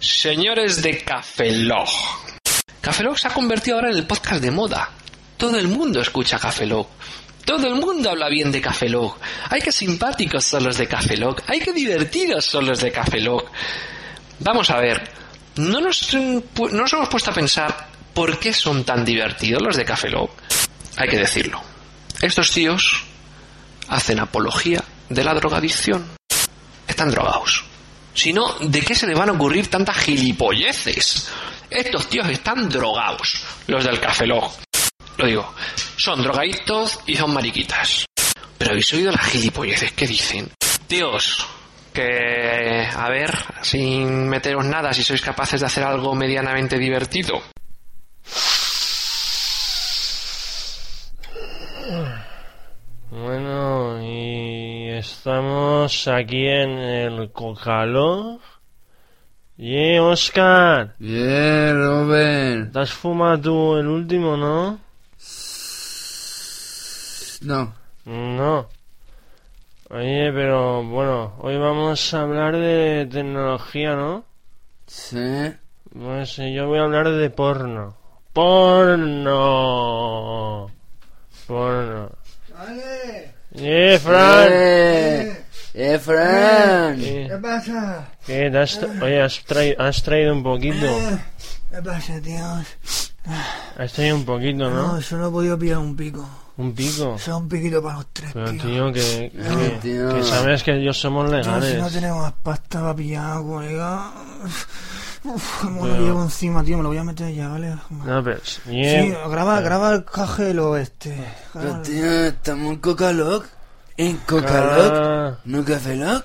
Señores de Cafelog. Cafelog se ha convertido ahora en el podcast de moda. Todo el mundo escucha Cafelog. Todo el mundo habla bien de Cafelog. Hay que simpáticos son los de Cafelog. Hay que divertidos son los de Cafelog. Vamos a ver. No nos, no nos hemos puesto a pensar por qué son tan divertidos los de Cafelog. Hay que decirlo. Estos tíos hacen apología de la drogadicción. Están drogados. Si no, ¿de qué se les van a ocurrir tantas gilipolleces? Estos tíos están drogados, los del Cafelog. Lo digo, son drogadictos y son mariquitas. Pero habéis oído las gilipolleces que dicen. Tíos, que... A ver, sin meteros nada, si sois capaces de hacer algo medianamente divertido. Bueno, y estamos aquí en el Cocalo. Y Oscar, Bien, Robert. ¿te has fumado tú el último, no? No, No. Oye, pero bueno, hoy vamos a hablar de tecnología, ¿no? sí. Pues eh, yo voy a hablar de porno. ¡Porno! Porno. Ale, ¡Eh, Fran! Eh. ¡Eh! ¡Eh, Fran! ¿Qué, ¿qué pasa? qué, te has tra- oye, has, trai- has traído un poquito. Eh, ¿Qué pasa, tíos? Has traído un poquito, No, ¿no? solo he podido pillar un pico. Un pico. Solo un piquito para los tres, Pero tío. tío, que, que, tío. que sabes que ellos somos Yo, si no legales. tenemos más pasta para pillar, colega. Uf, cómo lo Pero- llevo encima, tío. Me lo voy a meter ya, ¿vale? No, pero... Sí, oh, Yeah. graba, graba el caje del oeste. Pero, Graba- tío, ¿estamos en Cocaloc? ¿En Cocaloc? Ah, ¿No Cafeloc?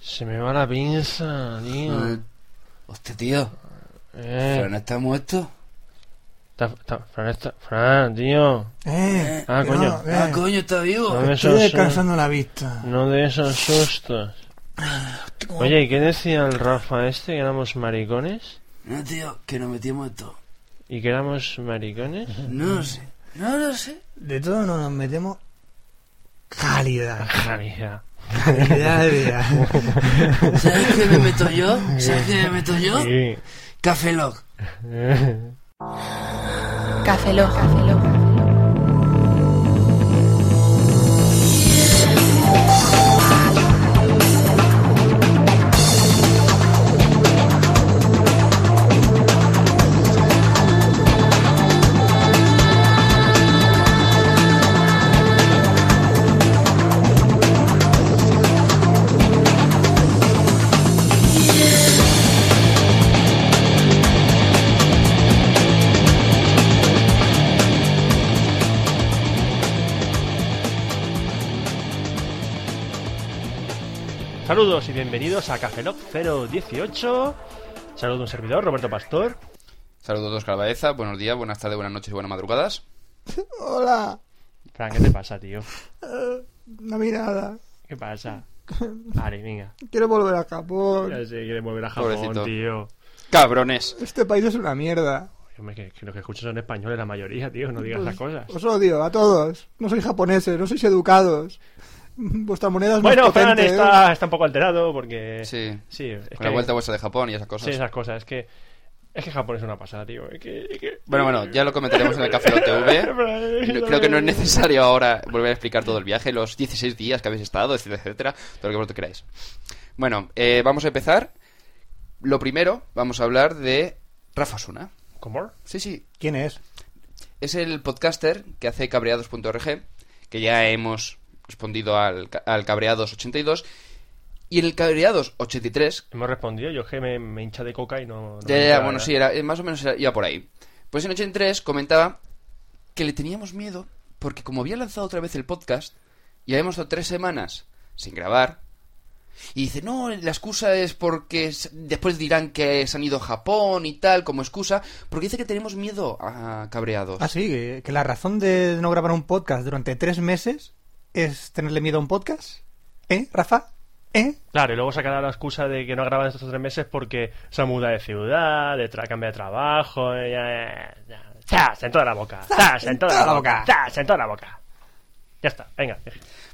se me va la pinza, tío. Eh, Hostia, tío. Eh, ¿Fran está muerto? ta- ta- Fran, está- Fran, tío. Eh, Ah, que coño. no, eh, Ah, coño, está vivo. No me Estoy sos- descansando la vista. No de esos sustos. Mm, Oh. Oye, ¿y qué decía el Rafa este? ¿Que éramos maricones? No, tío, que nos metimos en todo. ¿Y que éramos maricones? No lo sé. No lo sé. De todo no nos metemos calidad. Jaja. Calidad de vida. ¿Sabes qué me meto yo? ¿Sabes qué me meto yo? Sí. Cafeloc. Café Lock. Saludos y bienvenidos a Cafeloc 018. Saludos un servidor, Roberto Pastor. Saludos, Oscar Baeza. Buenos días, buenas tardes, buenas noches y buenas madrugadas. Hola, Fran, ¿qué te pasa, tío? no vi nada. ¿Qué pasa? Vale, venga. Quiero volver a Japón. Ya sé, quiere volver a Japón, Pobrecito. tío. cabrones. Este país es una mierda. Hombre, que, que los que escucho son españoles la mayoría, tío. No digas las cosas. Os odio a todos. No sois japoneses, no sois educados. Vuestra moneda es Bueno, más Fran potente. ¿eh? está, está un poco alterado porque... Sí. Sí, es Con la que- vuelta vuestra de Japón y esas cosas. Sí, esas cosas. Es que... Es que Japón es una pasada, tío. Es que... es que- Bueno, bueno, ya lo comentaremos en el Café Lock TV. No- Creo que no es necesario ahora volver a explicar todo el viaje, los 16 días que habéis estado, etcétera, etcétera, todo lo que vosotros queráis. Bueno, eh, vamos a empezar. Lo primero, vamos a hablar de Rafa Suna. ¿Cómo? Sí, sí, ¿Quién es? es el podcaster que hace cabreados.org, que ya hemos respondido al, ca- al cabreados82. Y en el cabreados83, Hemos respondido. Yo es que me, me hincha de coca y no... no me Ya, ya, entra, bueno, ¿verdad? sí, era, eh, más o menos era- iba por ahí. Pues en 83 comentaba que le teníamos miedo porque como había lanzado otra vez el podcast, ya habíamos estado tres semanas sin grabar, y dice, no, la excusa es porque s- después dirán que se han ido a Japón y tal como excusa, porque dice que tenemos miedo a cabreados. Ah, sí, que, que la razón de no grabar un podcast durante tres meses es tenerle miedo a un podcast. ¿Eh, Rafa? ¿Eh? Claro, y luego sacará la excusa de que no graban estos tres meses porque se muda de ciudad, de tra- cambia de trabajo, eh, ya, ya, ya. ¡Zas! En toda la boca. ¡Zas! En toda la boca. ¡Zas! En toda la boca. Ya está, venga.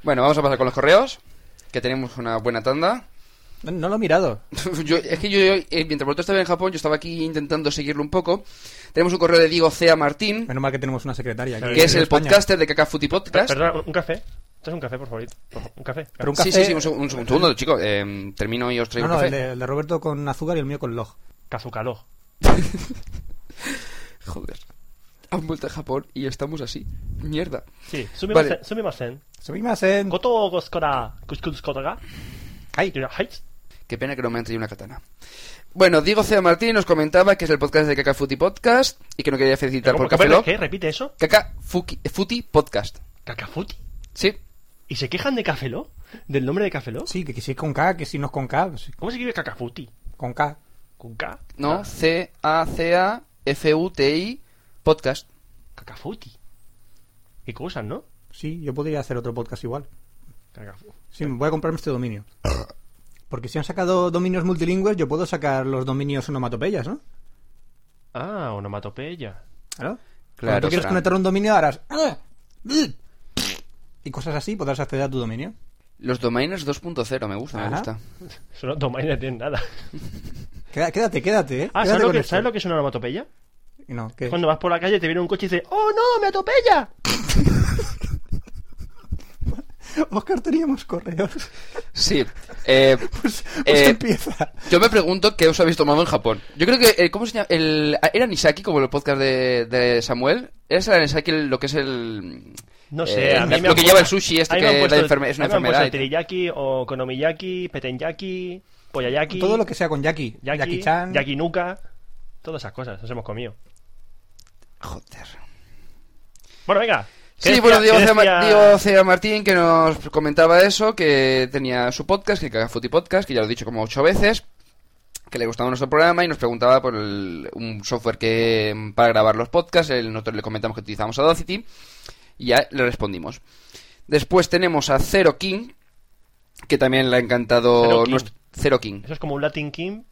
Bueno, vamos a pasar con los correos, que tenemos una buena tanda. No, no lo he mirado. Yo- es que yo, yo, eh, mientras vosotros estaba en Japón, yo estaba aquí intentando seguirlo un poco. Tenemos un correo de Diego Cea Martín, Menos mal que tenemos una secretaria. aquí que es en el España. podcaster de Cacafuti Per- Podcast. Perdona, un- un café. Esto es un café, por favor. Por favor, Un café. Pero un Sí, café... sí, sí, un, seg- un seg- un segundo, chicos. eh, termino y os traigo No, no, un el café. de, el de Roberto con azúcar y el mío con log. Kazukalog. Joder. Han vuelto a Japón y estamos así. Mierda. Sí, Vale. sumimasen. Sumimasen. Sumimasen. Koto goskora kuskuskotoga. Ay. Y una- Hai. Qué pena que no me han traído una katana. Bueno, Diego Cea Martín nos comentaba que es el podcast de Cacafuti Podcast y que no quería felicitar ¿Cómo? por ¿Cómo? Cafelog. ¿Qué? ¿Repite eso? Cacafuti Podcast. ¿Cacafuti? Sí. ¿Y se quejan de Cafeló? ¿Del nombre de Cafeló? Sí, que, que si es con K, que si no es con K, pues ¿Cómo se escribe Cacafuti? con K. ¿Con K? Ah. No, C-A-C-A-F-U-T-I Podcast. Cacafuti. Qué cosas, ¿no? Sí, yo podría hacer otro podcast igual. Cacafu- Sí, voy a comprarme este dominio. Porque si han sacado dominios multilingües, yo puedo sacar los dominios onomatopeyas, ¿no? Ah, onomatopeya. Claro. Claro, Cuando tú quieres Fran. conectar un dominio, harás... "Ah, bleh", Y cosas así, podrás acceder a tu dominio. Los domainers 2.0, me gusta, me Ajá. gusta. Eso no domain no tiene nada. Queda- Quédate, quédate, ¿eh? Ah, Quédate ¿sabes lo, con que, esto. ¿sabes lo que es una onomatopeya? Y No, ¿qué? Cuando vas por la calle te viene un coche y dice ¡Oh no, me atropella! Oscar, teníamos correos. Sí. eh, Pues, pues Eh, empieza. yo me pregunto qué os habéis tomado en Japón. Yo creo que, eh, ¿cómo se llama? El, ¿Era Nisaki, como el podcast de, de Samuel? ¿Es el Nisaki el- lo que es el... No eh, sé, a mí me Lo han que puesto- lleva el sushi, este a mí que me han es, puesto la el- enferme- es una a mí me han puesto enfermedad. el teriyaki o konomiyaki, petenyaki, poyayaki... Todo lo que sea con Jackie. Yaki, Chan. Nuka... Todas esas cosas, nos hemos comido. Joder. Bueno, venga. ¿qué Sí, decía- bueno, Diego qué Cea, Ma- decía- Diego Cea Martín que nos comentaba eso, que tenía su podcast, que Cagafuti Podcast, que ya lo he dicho como ocho veces, que le gustaba nuestro programa y nos preguntaba por el- un software que para grabar los podcasts, el- nosotros le comentamos que utilizamos Audacity y ya le respondimos. Después tenemos a Zero King, que también le ha encantado Zero King. nuestro- Zero King. Eso es como un Latin King,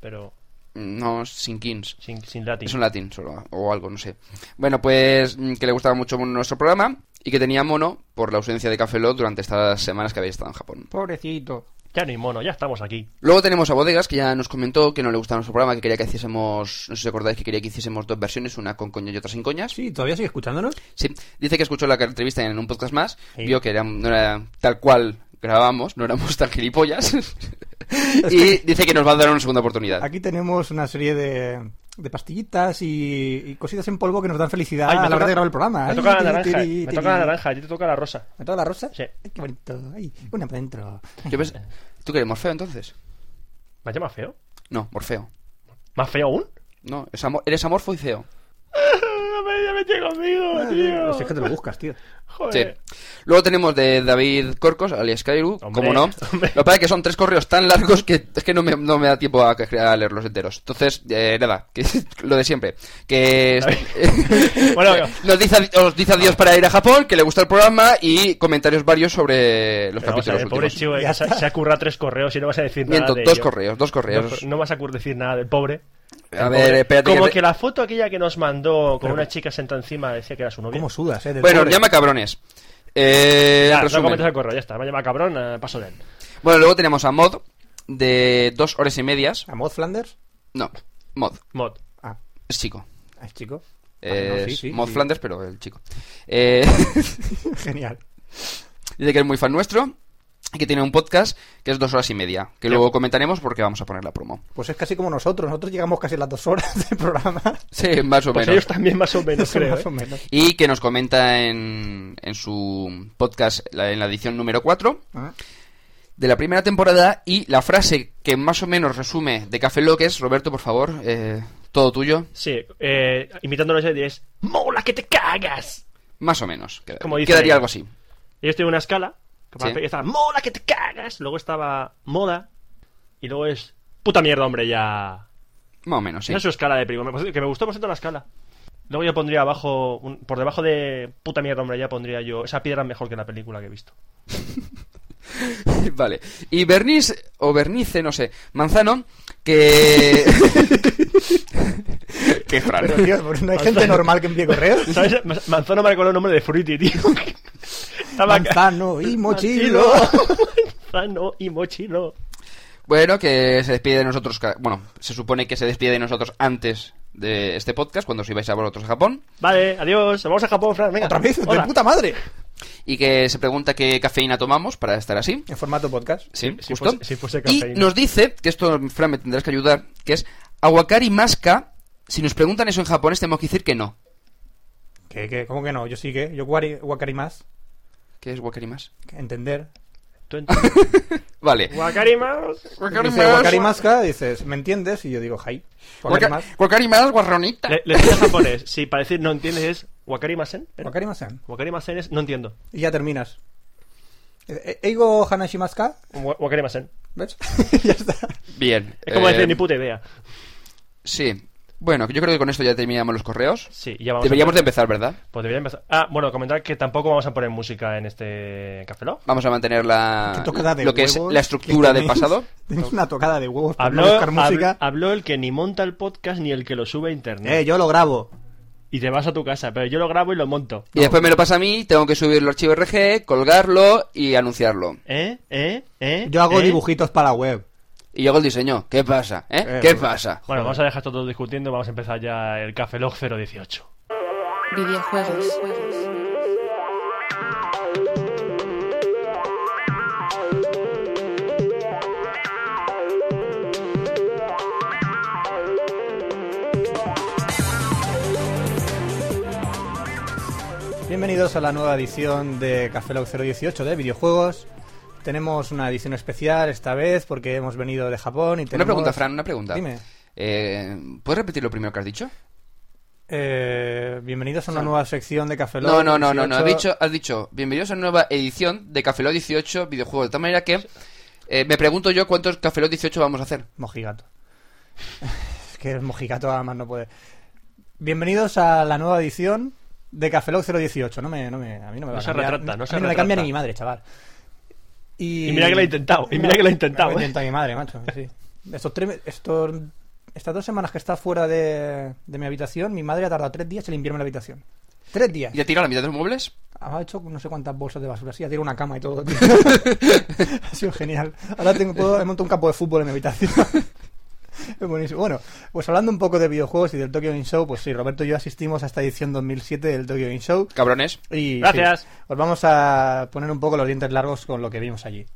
pero No, sin Kings. sin, sin Latin. Es un latín solo, o algo, no sé. Bueno, pues mm, que le gustaba mucho nuestro programa y que tenía mono por la ausencia de Café Lock durante estas semanas que había estado en Japón. Pobrecito. Ya ni mono, ya estamos aquí. Luego tenemos a Bodegas, que ya nos comentó que no le gustaba nuestro programa, que quería que hiciésemos, no sé si acordáis, que quería que hiciésemos dos versiones, una con coña y otra sin coñas. Ah, Sí, ¿todavía sigue escuchándonos? Sí, dice que escuchó la entrevista en un podcast más, Sí. vio que era, no era tal cual grabamos, no éramos tan gilipollas. y dice que nos va a dar una segunda oportunidad. Aquí tenemos una serie de, de pastillitas y, y cositas en polvo que nos dan felicidad Ay, me a Ah, la toca- hora de grabar el programa. Me Ay, toca la tiri, naranja, tiri, me tiri. toca la naranja, a ti te toca la rosa. ¿Me toca la rosa? Sí. Ay, qué bonito. Ay, una para adentro. Yo pens- ¿Tú qué eres, Morfeo entonces? ¿Me has llamado feo? No, Morfeo. ¿Más feo aún? No, es amor- eres amorfo y feo. No me, ya me tengo conmigo, Si es que te lo buscas, tío. Sí. Joder. Luego tenemos de David Corcos, alias Kairu, Hombre, como no. hombre. Lo que pasa es que son tres correos tan largos que es que no me, no me da tiempo a, que- a leerlos enteros. Entonces, eh, nada, que, lo de siempre. Que Bueno, nos dice, adi- os dice adiós para ir a Japón, que le gusta el programa y comentarios varios sobre los Pero vamos a capítulos ver, pobre últimos. chico, eh, Ya que se, está. se ha currado tres correos y no vas a decir nada. Miento, de dos ello. correos, dos correos. No, no vas a cur- decir nada del pobre. A El ver, pobre. espérate Como que- que... la foto aquella que nos mandó con una chica sentada encima decía que era su novia. ¿Cómo sudas, eh? del bueno, pobre. llama cabrones. Eh, Ya, no resumen. comentas el correo, ya está. Me llama cabrón, eh, paso de él. Bueno, luego tenemos a Mod de dos horas y medias. ¿A Mod Flanders? No, Mod, Mod. Ah, es chico. es chico. Ah, no, Es sí, sí, Eh, Mod sí. Flanders, pero el chico. Eh, Genial. dice que es muy fan nuestro y que tiene un podcast que es dos horas y media, que luego comentaremos porque vamos a poner la promo. Pues es casi como nosotros. Nosotros llegamos casi a las dos horas del programa. Sí, más o Pues menos. ellos también más o menos, Eso creo. más ¿eh? o menos. Y que nos comenta en, en su podcast, la- en la edición número 4 Ah. de la primera temporada. Y la frase que más o menos resume de Café Lock es, Roberto, por favor, eh, todo tuyo. Sí, eh, imitándonos diréis, ¡Mola que te cagas! Más o menos. Queda- Como dice quedaría ella. algo así. Ellos tienen una escala, que para Sí. empezar, ¡Mola que te cagas! Luego estaba Moda, y luego es, ¡Puta mierda, hombre, ya! Más o menos, sí. Esa es su escala de primo, que me gustó por cierto la escala. Luego yo pondría abajo, un- por debajo de puta mierda, hombre, ya pondría yo, esa piedra es mejor que la película que he visto. Vale. Y Bernice, o Bernice, no sé, Manzano, que... Qué Fran. Pero, tío, no hay gente normal que envíe correos. ¿Sabes? Ma- Manzano me recordó el nombre de Fruity, tío. Estaba acá. Manzano y mochilo. Manzano y mochilo. Bueno, que se despide de nosotros. ca- Bueno, se supone que se despide de nosotros antes de este podcast, cuando os ibais a vosotros a Japón. Vale, adiós. Vamos a Japón, Fran. Venga. Otra vez, de Hola. puta madre. Y que se pregunta qué cafeína tomamos para estar así. En formato podcast. Sí, si justo. fuese- si fuese y cafeína. nos dice, que esto, Fran, me tendrás que ayudar, que es aguacari masca. Si nos preguntan eso en japonés, tenemos que decir que no. ¿Qué, qué? ¿Cómo que no? Yo sí que. Yo guari, guacari más. ¿Qué es wakari mas? Entender. Tú ent- Vale. Guacarimas. Dice guacari masca, dices, ¿me entiendes? Y yo digo, hi. Guacari más. Wakari mas, guarronita. Le, le pido japonés. Si para decir no entiendes es wakarimasen. Guacari masan. Wakarimasen es no entiendo. Y ya terminas. Eh, eh, Eigo Hanashimaska, Wa- Wakarimasen. ¿ves? ya está. Bien. Es como eh, decir ni puta idea. Sí. Bueno, yo creo que con esto ya terminamos los correos. Sí, ya vamos. a Deberíamos de empezar, ¿verdad? Pues debería empezar. Ah, bueno, comentar que tampoco vamos a poner música en este Café Lock. Vamos a mantener la, Qué tocada de Ah, lo que es huevos la estructura que del tenéis. pasado. Tenéis una tocada de huevos para Habló, no buscar hab- música. habló el que ni monta el podcast ni el que lo sube a internet. Eh, yo lo grabo. Y te vas a tu casa, pero yo lo grabo y lo monto. Y después me lo pasa a mí, tengo que subirlo al archivo RG, colgarlo y anunciarlo. ¿Eh? ¿Eh? ¿Eh? Yo hago ¿Eh? dibujitos para la web. Y yo hago el diseño. ¿Qué pasa? ¿Eh? Eh, ¿Qué pues- pasa? Bueno, vamos a dejar todo discutiendo. Vamos a empezar ya el Café Lock 018. Videojuegos. Bienvenidos a la nueva edición de Café Lock 018 de videojuegos. Tenemos una edición especial esta vez porque hemos venido de Japón y Una tenemos... pregunta, Fran, una pregunta. Dime. Eh, ¿Puedes repetir lo primero que has dicho? Eh, bienvenidos a una nueva sección de Café Lock No, no, no, no, no. Has 18. dicho, has dicho, bienvenidos a una nueva edición de Café Lock 18 videojuegos. De tal manera que eh, me pregunto yo cuántos Café Lock 18 vamos a hacer. Mojigato. Es que es mojigato, además no puede. Bienvenidos a la nueva edición de Café Lock 018. No me, no me, a mí no me va No a se cambiar. retracta, no se a mí no me cambia retracta. ni mi madre, chaval. Y, Y mira que lo he intentado, y mira que lo he intentado, Lo ¿eh? mi madre, macho. sí. Estos tres, estos, estas dos semanas que está fuera de, de mi habitación, mi madre ha tardado tres días en limpiarme la habitación. Tres días. ¿Y a tirar la mitad de los muebles? Ha hecho no sé cuántas bolsas de basura. Sí, ha tirado una cama y todo. tío. ha sido genial. Ahora tengo, puedo- he montado un campo de fútbol en mi habitación. es buenísimo. Bueno, pues hablando un poco de videojuegos y del Tokyo Game Show, pues sí, Roberto y yo asistimos a esta edición 2007 del Tokyo Game Show. Cabrones. Y, Gracias. sí, os vamos a poner un poco los dientes largos con lo que vimos allí.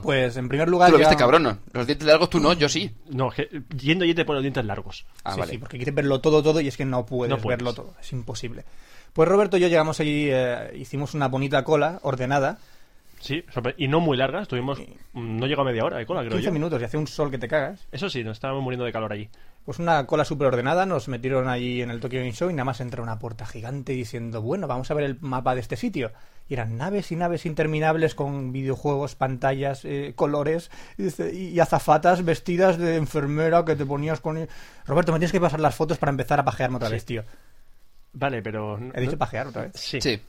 Pues en primer lugar... Tú lo viste, ya- cabrón. ¿no? Los dientes largos tú no, yo sí. No, que, yendo y te pones los dientes largos. Ah, sí, vale. sí, porque quieres verlo todo, todo, y es que no puedes, No puedes. verlo todo. Es imposible. Pues Roberto y yo llegamos allí, eh, hicimos una bonita cola ordenada. Sí, sorpre- y no muy largas. Estuvimos. mm, No llegó a media hora de cola, creo 15 yo. minutos y hace un sol que te cagas. Eso sí, nos estábamos muriendo de calor allí. Pues una cola súper ordenada, nos metieron allí en el Tokyo Game Show y nada más entra una puerta gigante diciendo, bueno, vamos a ver el mapa de este sitio. Y eran naves y naves interminables con videojuegos, pantallas, eh, colores y, dice- y azafatas vestidas de enfermera que te ponías con... Roberto, me tienes que pasar las fotos para empezar a pajearme otra Sí. vez, tío. Vale, pero. He dicho pajear otra vez. Sí. Sí.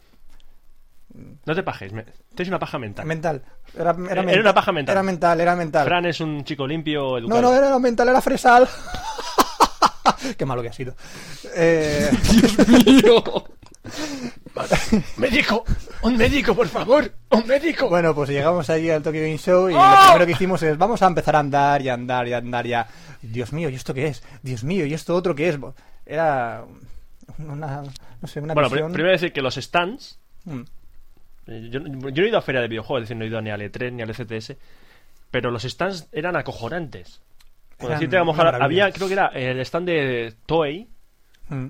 No te pajes. Me... Te es una paja mental. Mental. Era, era Era men- una paja mental. Era mental, era mental. Fran es un chico limpio, educado. No, no, era mental, era fresal. Qué malo que ha sido. Eh... ¡Médico! ¡Un médico, por favor! ¡Un médico! Bueno, pues llegamos allí al Tokyo Game Show y ¡Oh! lo primero que hicimos es vamos a empezar a andar y a andar y a andar ya. Dios mío, ¿y esto qué es? Dios mío, ¿y esto otro qué es? Bo- Era una, no sé, una Bueno, pri- visión. primero decir que los stands. Mm. eh, Yo, yo no he ido a feria de videojuegos, es decir, no he ido ni al E3 ni al E ECTS. Pero los stands eran acojonantes. Por Eran decirte, a lo una mejor maravilla. había, creo que era el stand de Toei, Mm.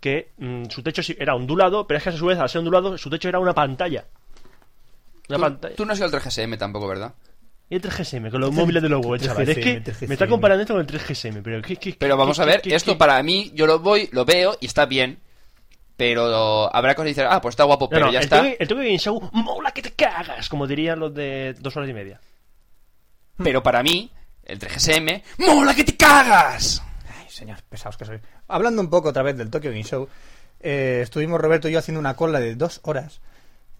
que mm, su techo sí- era ondulado, pero es que a su vez, al ser ondulado, su techo era una pantalla. Una Tú, pantalla. tú no has ido al 3GSM tampoco, ¿verdad? Y el 3GSM, con los móviles de los huevos, chaval. Es que 3GSM. me está comparando esto con el 3GSM, pero ¿qué, qué- Pero vamos qué- a ver, qué- qué- esto qué- para mí, yo lo voy, lo veo y está bien. Pero habrá cosas que dicen, ah, pues está guapo, No, pero no, ya el está. Tokyo- el Tokyo Game Show mola que te cagas, como dirían los de dos horas y media. Pero para mí, el 3GSM, ¡mola que te cagas! Ay, señor, pesados que sois. Hablando un poco otra vez del Tokyo Game Show, eh, estuvimos Roberto y yo haciendo una cola de dos horas.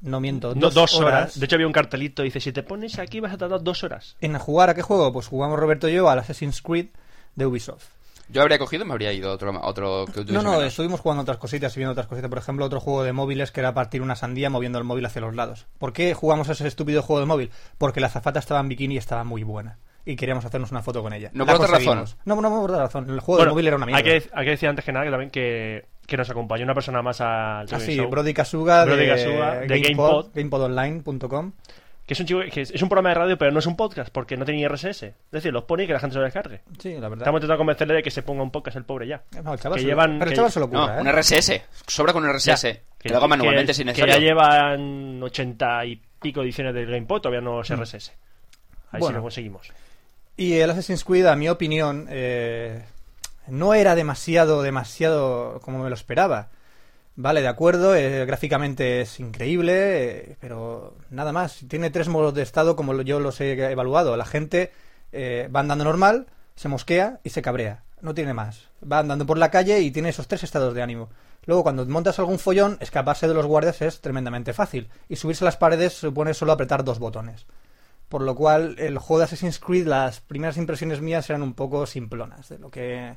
No miento, No, dos, horas. De hecho, había un cartelito dice: si te pones aquí vas a tardar dos horas. ¿En jugar a qué juego? Pues jugamos Roberto y yo al Assassin's Creed de Ubisoft. Yo habría cogido y me habría ido a otro, a otro que No, tuviese no, menos. estuvimos jugando otras cositas y viendo otras cositas. Por ejemplo, otro juego de móviles que era partir una sandía moviendo el móvil hacia los lados. ¿Por qué jugamos a ese estúpido juego de móvil? Porque la azafata estaba en bikini y estaba muy buena. y queríamos hacernos una foto con ella. No La por otra conseguimos. razón. No, no, no por otra razón. El juego Bueno, del móvil era una mierda. Hay que, hay que decir antes que nada que también que, que nos acompañó una persona más al Ah, Tokyo sí, Game Show, Brody Kasuga Brody de, Kasuga, de GamePod, GamePod. GamePodOnline.com. que es un chico que es, es un programa de radio, pero no es un podcast, porque no tenía RSS. Es decir, los pone y que la gente se lo descargue. Sí, la verdad. Estamos intentando convencerle de que se ponga un podcast el pobre ya. No, el chaval que se- llevan- Pero el que- chaval se lo No, ocurra, ¿eh? un RSS. Sobra con un RSS. que, lo haga manualmente si es Que ya necesario. llevan ochenta y pico ediciones del GamePod, todavía no es RSS. A ver si Mm. Bueno. lo conseguimos. Y el Assassin's Creed, a mi opinión, eh, no era demasiado, demasiado como me lo esperaba. Vale, de acuerdo, eh, gráficamente es increíble, eh, pero nada más. Tiene tres modos de estado como lo- yo los he evaluado. La gente eh, va andando normal, se mosquea y se cabrea. No tiene más. Va andando por la calle y tiene esos tres estados de ánimo. Luego, cuando montas algún follón, escaparse de los guardias es tremendamente fácil. Y subirse a las paredes supone solo apretar dos botones. Por lo cual, el juego de Assassin's Creed, las primeras impresiones mías eran un poco simplonas. De lo que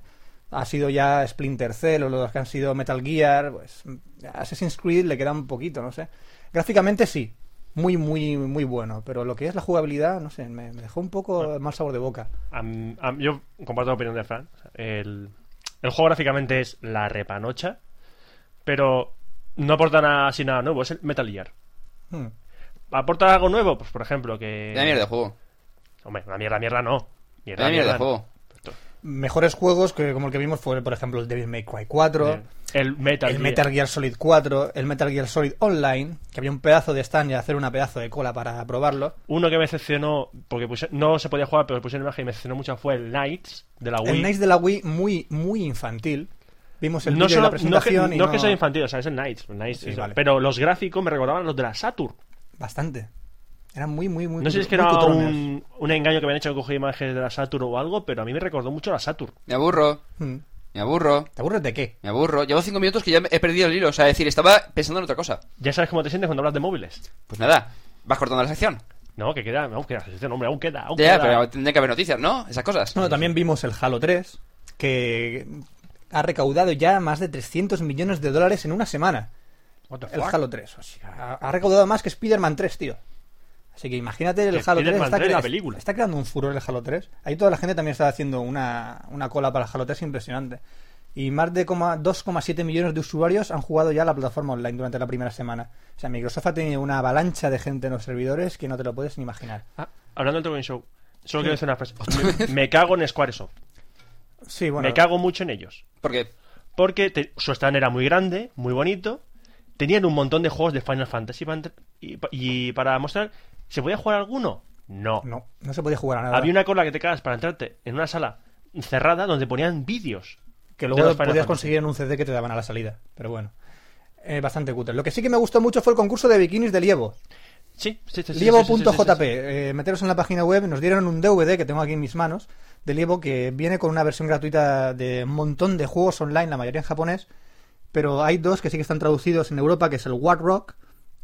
ha sido ya Splinter Cell o los que han sido Metal Gear, pues a Assassin's Creed le queda un poquito, no sé. Gráficamente sí, muy, muy, muy bueno. Pero lo que es la jugabilidad, no sé, me, me dejó un poco mal sabor de boca. Am- am- yo comparto la opinión de Fran. El, el juego gráficamente es la repanocha, pero no aporta nada, así nada nuevo. Es el Metal Gear. Hmm. ¿Aporta algo nuevo? Pues por ejemplo, que. Vaya mierda de juego. Hombre, una mierda, mierda no. Mierda, Vaya mierda de no. juego. Mejores juegos que como el que vimos fue, por ejemplo, el Devil May Cry 4. Bien. Eh, El Metal el Gear. Metal Gear Solid 4, el Metal Gear Solid Online, que había un pedazo de stand y hacer una pedazo de cola para probarlo. Uno que me decepcionó, porque puse- no se podía jugar, pero puse una imagen y me decepcionó mucho, fue el Knights de la Wii. El Nice de la Wii muy, muy infantil. Vimos el no, vídeo de solo- la no, que, presentación y no que sea infantil, o sea, es el Knights. el Knights, Sí, es- vale. Pero los gráficos me recordaban los de la Saturn. Bastante. Era muy, muy, muy No sé si es que muy era cutrones. un, un engaño que me han hecho de coger imágenes de la Saturn o algo, pero a mí me recordó mucho a la Saturn. Me aburro. Mm. Me aburro. ¿Te aburres de qué? Me aburro. Llevo cinco minutos que ya he perdido el hilo. O sea, es decir, estaba pensando en otra cosa. Ya sabes cómo te sientes cuando hablas de móviles. Pues nada, vas cortando la sección. No, que queda, aún queda, sección, hombre, aún queda, aún Ya, queda. pero tendría que haber noticias, ¿no? Esas cosas. Bueno, también vimos el Halo 3, que ha recaudado ya más de 300 millones de dólares en una semana. What the El fuck? Halo 3, o sea, ha ha recaudado más que Spider-Man 3, tío. Así que imagínate el Que Halo 3. Spider-Man Está, 3 la cre- película. está creando un furor el Halo 3. Ahí toda la gente también está haciendo una, una cola para el Halo 3 impresionante. Y más de coma- 2,7 millones de usuarios han jugado ya la plataforma online durante la primera semana. O sea, Microsoft ha tenido una avalancha de gente en los servidores que no te lo puedes ni imaginar. Ah, hablando del Tokyo Game Show, solo quiero decir una frase. Me, me cago en Squaresoft. Sí, bueno. Me cago mucho en ellos. Porque Porque te- su stand era muy grande, muy bonito. Tenían un montón de juegos de Final Fantasy pa- y, pa- y para mostrar, ¿se podía jugar alguno? No. No, no se podía jugar a nada. Había una cola que te cagas para entrarte en una sala cerrada donde ponían vídeos. que de luego los Final podías Fantasy. conseguir en un CD que te daban a la salida. Pero bueno. Eh, bastante cutre. Lo que sí que me gustó mucho fue el concurso de bikinis de Lievo. Sí, sí, sí, sí, sí, sí, sí, sí, Lievo.jp, sí. eh, meteros en la página web, nos dieron un DVD que tengo aquí en mis manos de Lievo que viene con una versión gratuita de un montón de juegos online, la mayoría en japonés, pero hay dos que sí que están traducidos en Europa, que es el War Rock.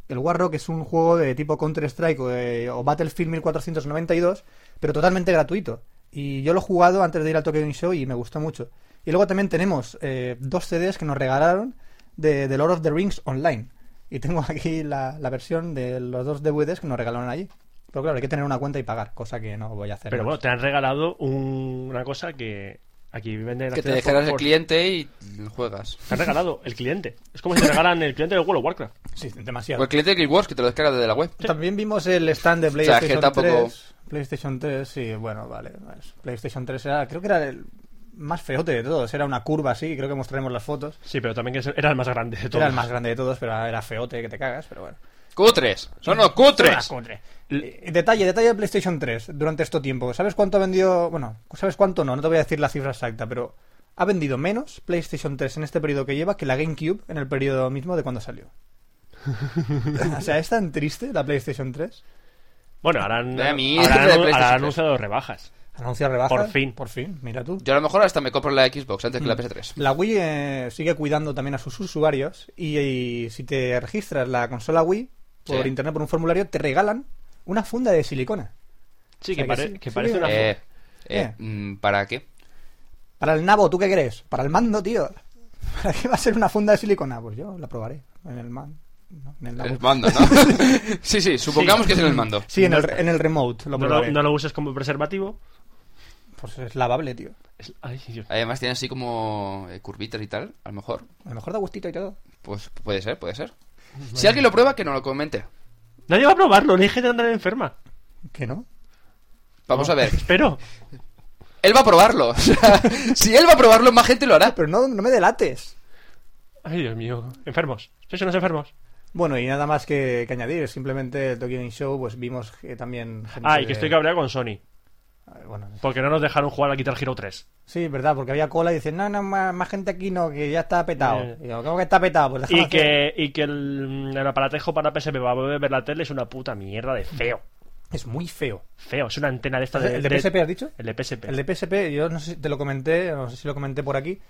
El War Rock es un juego de tipo Counter-Strike o, eh, o Battlefield 1492, pero totalmente gratuito. Y yo lo he jugado antes de ir al Tokyo Game Show y me gustó mucho. Y luego también tenemos eh, dos CDs que nos regalaron de The Lord of the Rings Online. Y tengo aquí la, la versión de los dos DVDs que nos regalaron allí. Pero claro, hay que tener una cuenta y pagar, cosa que no voy a hacer. Pero bueno, te han regalado un- una cosa que aquí venden... las que te tiendas dejarás por- el por- cliente y juegas. Te han regalado el cliente. Es como si te regalan el cliente del World of Warcraft. sí, O demasiado. el cliente de Guild Wars que te lo descargas desde la web. También vimos el stand de O sea, PlayStation que tampoco- 3. PlayStation 3, sí, bueno, vale. pues, PlayStation 3 era, creo que era el más feote de todos. Era una curva así, creo que mostraremos las fotos. Sí, pero también que es- era el más grande de todos. Era el más grande de todos, pero era feote que te cagas, pero bueno. ¡Cutres! ¡Son los cutres! Son las cutre. Eh, Detalle, detalle de PlayStation 3 durante este tiempo. ¿Sabes cuánto ha vendido? Bueno, ¿sabes cuánto no? No te voy a decir la cifra exacta, pero ha vendido menos PlayStation 3 en este periodo que lleva que la GameCube en el periodo mismo de cuando salió. o sea, ¿es tan triste la PlayStation 3? Bueno, ahora han, Vaya mierda ahora de han- ahora han PlayStation. anunciado rebajas. Anuncia rebaja. Por fin. Por fin, mira tú. Yo a lo mejor hasta me compro la Xbox antes que la PS3. Mm. La Wii eh, sigue cuidando también a sus usuarios y, y si te registras la consola Wii por Sí. internet, por un formulario, te regalan una funda de silicona. Sí, O sea que, que pare- sí, que sí, parece una... Eh, Eh. eh, mm, ¿Para qué? Para el nabo, ¿tú qué crees? Para el mando, tío. ¿Para qué va a ser una funda de silicona? Pues yo la probaré. En el man. no, en el nabo. El mando, ¿no? sí, sí, supongamos que es en el mando. Sí, en el, en el remote lo no, lo, probaré. no lo uses como preservativo. Pues es lavable, tío. Es- Ay, Dios. Además tiene así como eh, curvitas y tal, a lo mejor. A lo mejor da gustito y todo. Pues puede ser, puede ser. Si alguien lo prueba, que no lo comente. Nadie va a probarlo, ni hay gente andar enferma. ¿Que no? Vamos a ver. Espero. Él va a probarlo. O sea, si él va a probarlo, más gente lo hará. Pero no, no me delates. Ay, Dios mío. Enfermos. Sois unos enfermos. Bueno, y nada más que, que añadir. Simplemente el Tokyo Game Show, pues vimos que también... gente Ay, de- que estoy cabreado con Sony. Ay, Bueno, Porque no nos dejaron jugar a Guitar Hero 3. sí, es verdad, porque había cola y dicen, no, no, más, más gente aquí no, que ya está petado. Eh. Y yo, ¿Cómo que está petado? Pues déjalo Y hacer. que, y que el, el aparatejo para PSP para poder ver la tele es una puta mierda de feo. Es muy feo. Feo, es una antena de esta de. ¿El de PSP has dicho? El de PSP. El de PSP, yo no sé si te lo comenté, no sé si lo comenté por aquí,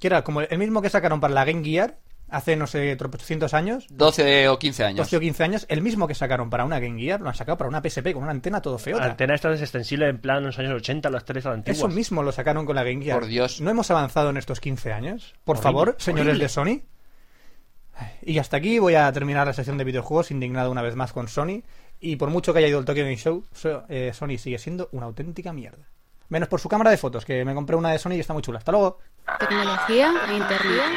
que era como el mismo que sacaron para la Game Gear hace, no sé, 300 años, 12 o 15 años. 12 o 15 años, el mismo que sacaron para una Game Gear, lo han sacado para una PSP con una antena todo feo. La antena esta es extensible en plan en los años 80, las teles antiguas. Eso mismo lo sacaron con la Game Gear. Por Dios. ¿No hemos avanzado en estos 15 años? Por Horrible, favor, señores horrible. de Sony. Y hasta aquí voy a terminar la sección de videojuegos indignado una vez más con Sony. Y por mucho que haya ido el Tokyo Game Show, so- eh, Sony sigue siendo una auténtica mierda. Menos por su cámara de fotos, que me compré una de Sony y está muy chula. Hasta luego. Tecnología e internet.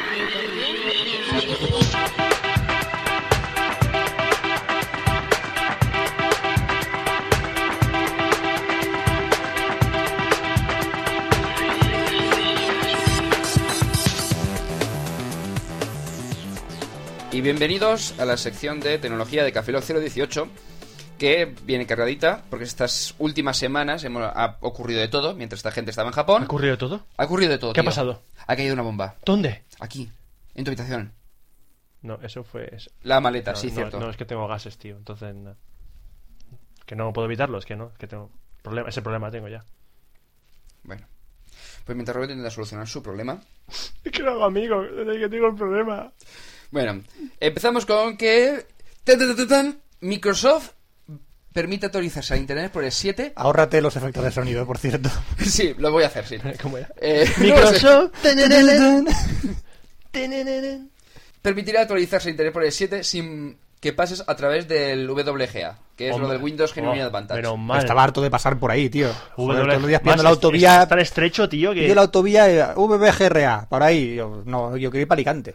Y bienvenidos a la sección de tecnología de Café Lock 018, que viene cargadita, porque estas últimas semanas hemos, ha ocurrido de todo, mientras esta gente estaba en ¿Ha Japón. ocurrido todo? Ha ocurrido de todo. ¿Qué ha tío. pasado? Ha caído una bomba. ¿Dónde? Aquí, en tu habitación. No, eso fue. es- La maleta, no, sí, no, cierto. no, es que tengo gases, tío. Entonces. no. Que no puedo evitarlo, es que no. Que tengo. Problema, ese problema tengo ya. Bueno. Pues mientras Roberto intenta solucionar su problema. Es que lo hago amigo, desde que tengo el problema. Bueno, empezamos con que. tan, tan, tan, tan, Microsoft permite autorizarse a Internet por el 7. Ahórrate los efectos de sonido, por cierto. Sí, lo voy a hacer, sí. ¿Cómo era? Eh, Microsoft. permitirá actualizarse Internet por el 7 sin que pases a través del WGA, que es lo Hombre. del Windows Genuine Oh, Advantage. Pero mal. Estaba harto de pasar por ahí, tío. Joder, WG todos los días pillando más la es- autovía. Es tan estrecho, tío, que. Pillo la autovía eh, VBGRA, por ahí. Yo, no, yo quiero ir para Alicante.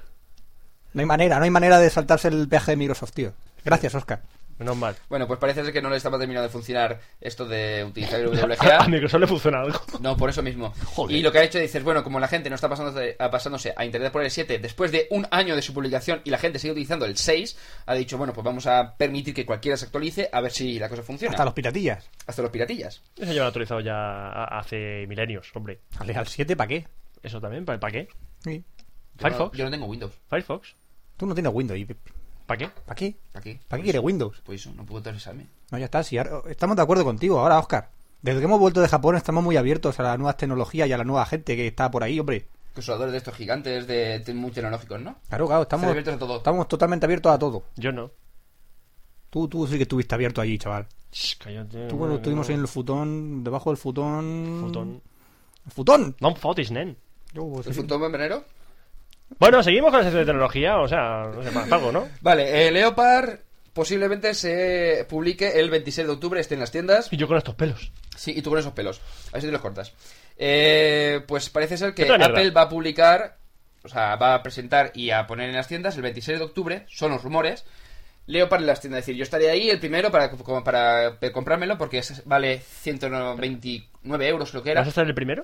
No hay manera, no hay manera de saltarse el peaje de Microsoft, tío. Gracias, Oscar. Menos mal. Bueno, pues parece ser que no le estaba terminando de funcionar esto de utilizar el A WGA. Microsoft le funciona algo. No, por eso mismo. Y lo que ha hecho dices, bueno, como la gente no está pasándose a, pasándose a Internet por el 7 después de un año de su publicación y la gente sigue utilizando el 6, ha dicho, bueno, pues vamos a permitir que cualquiera se actualice a ver si la cosa funciona. Hasta los piratillas. Hasta los piratillas. Eso llevan actualizado ya a- hace milenios, hombre. Dale, ¿Al 7 para qué? Eso también, ¿para qué? Sí. Yo no- Firefox. Yo no tengo Windows. Firefox. Tú no tienes Windows. ¿y ¿Para qué? ¿Para qué? ¿Para qué? ¿Para qué quieres Windows? Pues eso, no puedo actualizarme. No, ya está. sí, ahora- estamos de acuerdo contigo ahora, Oscar. Desde que hemos vuelto de Japón estamos muy abiertos a las nuevas tecnologías y a la nueva gente que está por ahí, hombre. Consoladores de estos gigantes de, de muy tecnológicos, ¿no? Claro, claro, estamos, Están abiertos a todo. estamos totalmente abiertos a todo. Yo no. Tú, tú sí que estuviste abierto allí, chaval. Shh, cállate. Tú Mm. cuando estuvimos en el futón, debajo del futón... Futón. ¡Futón! No fotis, nen. Yo, pues, ¿El sí. futón membranero? Bueno, seguimos con la sección de tecnología, o sea, no sé, más pago, ¿no? Vale, eh, Leopard posiblemente se publique el 26 de octubre, esté en las tiendas. Y yo con estos pelos. Sí, y tú con esos pelos. A ver si te los cortas. Eh, pues parece ser que Otra mierda. Apple va a publicar, o sea, va a presentar y a poner en las tiendas el 26 de octubre, son los rumores. Leopard en las tiendas, es decir, yo estaré ahí el primero para, como para comprármelo porque es- vale 129 euros creo que ¿Vas a era. estar el primero?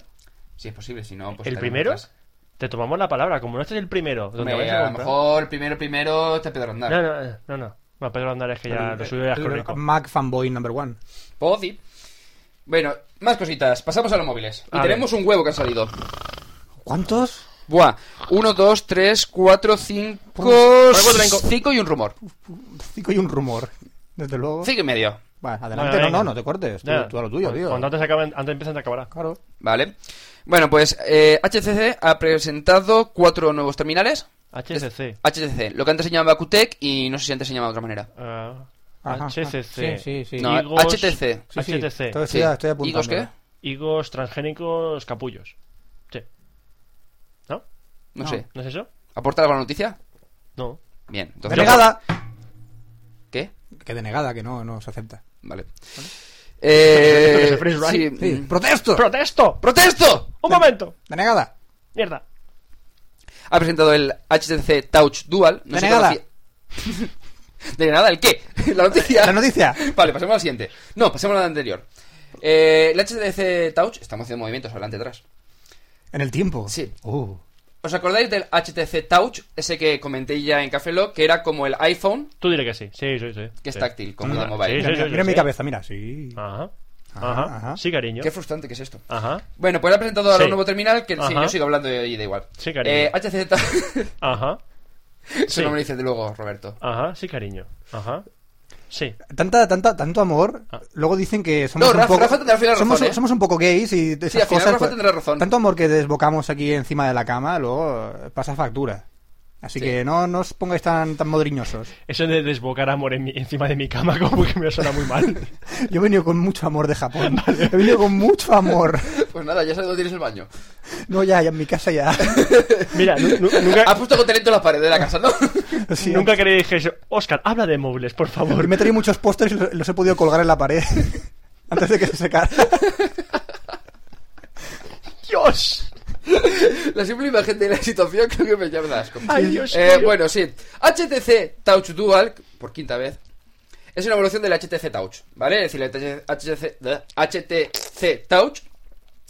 Si es posible, si no, pues... ¿El estaremos primero? atrás. Te tomamos la palabra, como no estés el primero. ¿dónde Hombre, vayas a lo comprar? mejor primero, primero te pedo andar. No, no, no, no. Bueno, Pedro Andar es que ya Ah, lo suyo ya es El crónico. Mac fanboy number one. Podi. Bueno, más cositas. Pasamos a los móviles. Y A tenemos un huevo que ha salido. ¿Cuántos? Buah. 1, 2, 3, 4, 5. Por ahí cuatro, cinco. 5 y un rumor. Cinco y un rumor. Desde luego. 5 y medio. Va, adelante, Venga, no, no, venga. no te cortes. Tú, Ya. tú a lo tuyo, Cuando- tío. Cuando antes, acaben, antes empiezan, te acabará. Claro. Vale. Bueno, pues eh, HCC ha presentado cuatro nuevos terminales. HCC. HCC, lo que antes se llamaba QTEC y no sé si antes se llamaba de otra manera. Ah, Ajá, HCC. sí, sí, sí. No, Higos- HTC. Sí, sí. HTC. Todo eso Sí. ya estoy ¿Y los apuntando. qué? Higos transgénicos capullos. Sí. ¿No? No, sé. ¿No es eso? ¿Aporta alguna noticia? No. Bien. Entonces, Denegada. ¿Qué? Que denegada, que no, no se acepta. Vale. Eh, Los de Freeze Ride. sí, Sí, mm. ¡Protesto! ¡Protesto! ¡Protesto! ¡Un momento! ¡Denegada! ¡Mierda! Ha presentado el HTC Touch Dual. No se Denegada. conocía- ¿Denegada el qué? La noticia. La noticia. Vale, pasemos a la siguiente. No, pasemos a la anterior. Eh, el HTC Touch. Estamos haciendo movimientos adelante y atrás. En el tiempo. Sí. Oh. ¿Os acordáis del HTC Touch? Ese que comenté ya en Café Lock, que era como el iPhone, Tú dile que sí. Sí, sí, sí. que es Sí. táctil, como Ah, la mobile. sí, sí. Ah. Mira, mira mi cabeza, mira, sí. Ajá. Ajá, Ajá. ajá. Sí, cariño. Qué frustrante que es esto. Ajá. Bueno, pues ha presentado ahora Sí. un nuevo terminal que sí, Ajá. yo sigo hablando y da igual. Sí, cariño. Eh, HTC Touch. Ajá. Eso Sí. no me lo dices de luego, Roberto. Ajá. Sí, cariño. Ajá. Sí. Tanta, tanta, tanto amor. Ah. Luego dicen que somos No, un Rafa- poco. Rafa tendrá al final somos, razón, ¿eh? somos un poco gays y de Sí, esas al final cosas. Rafa pues, tendrá razón. Tanto amor que desbocamos aquí encima de la cama, luego eh, pasa factura. Así Sí. que no, no os pongáis tan, tan modriñosos. Eso de desbocar amor en mi- encima de mi cama como que me suena muy mal. Yo he venido con mucho amor de Japón. He venido con mucho amor. Pues nada, ya sabes dónde tienes el baño. No, ya, ya en mi casa ya. Mira, nu- nu- Has nunca, puesto contento la pared de la casa, ¿no? Sí, nunca que le dijese, Oscar, habla de móviles, por favor. Y me he traído muchos pósters y lo- los he podido colgar en la pared antes de que se secara. ¡Dios! la simple imagen de la situación creo que me llama de asco. ¡Ay, Dios Eh, mío. bueno, sí. HTC Touch Dual, por quinta vez, es una evolución del HTC Touch, ¿vale? Es decir, el HTC, de- HTC Touch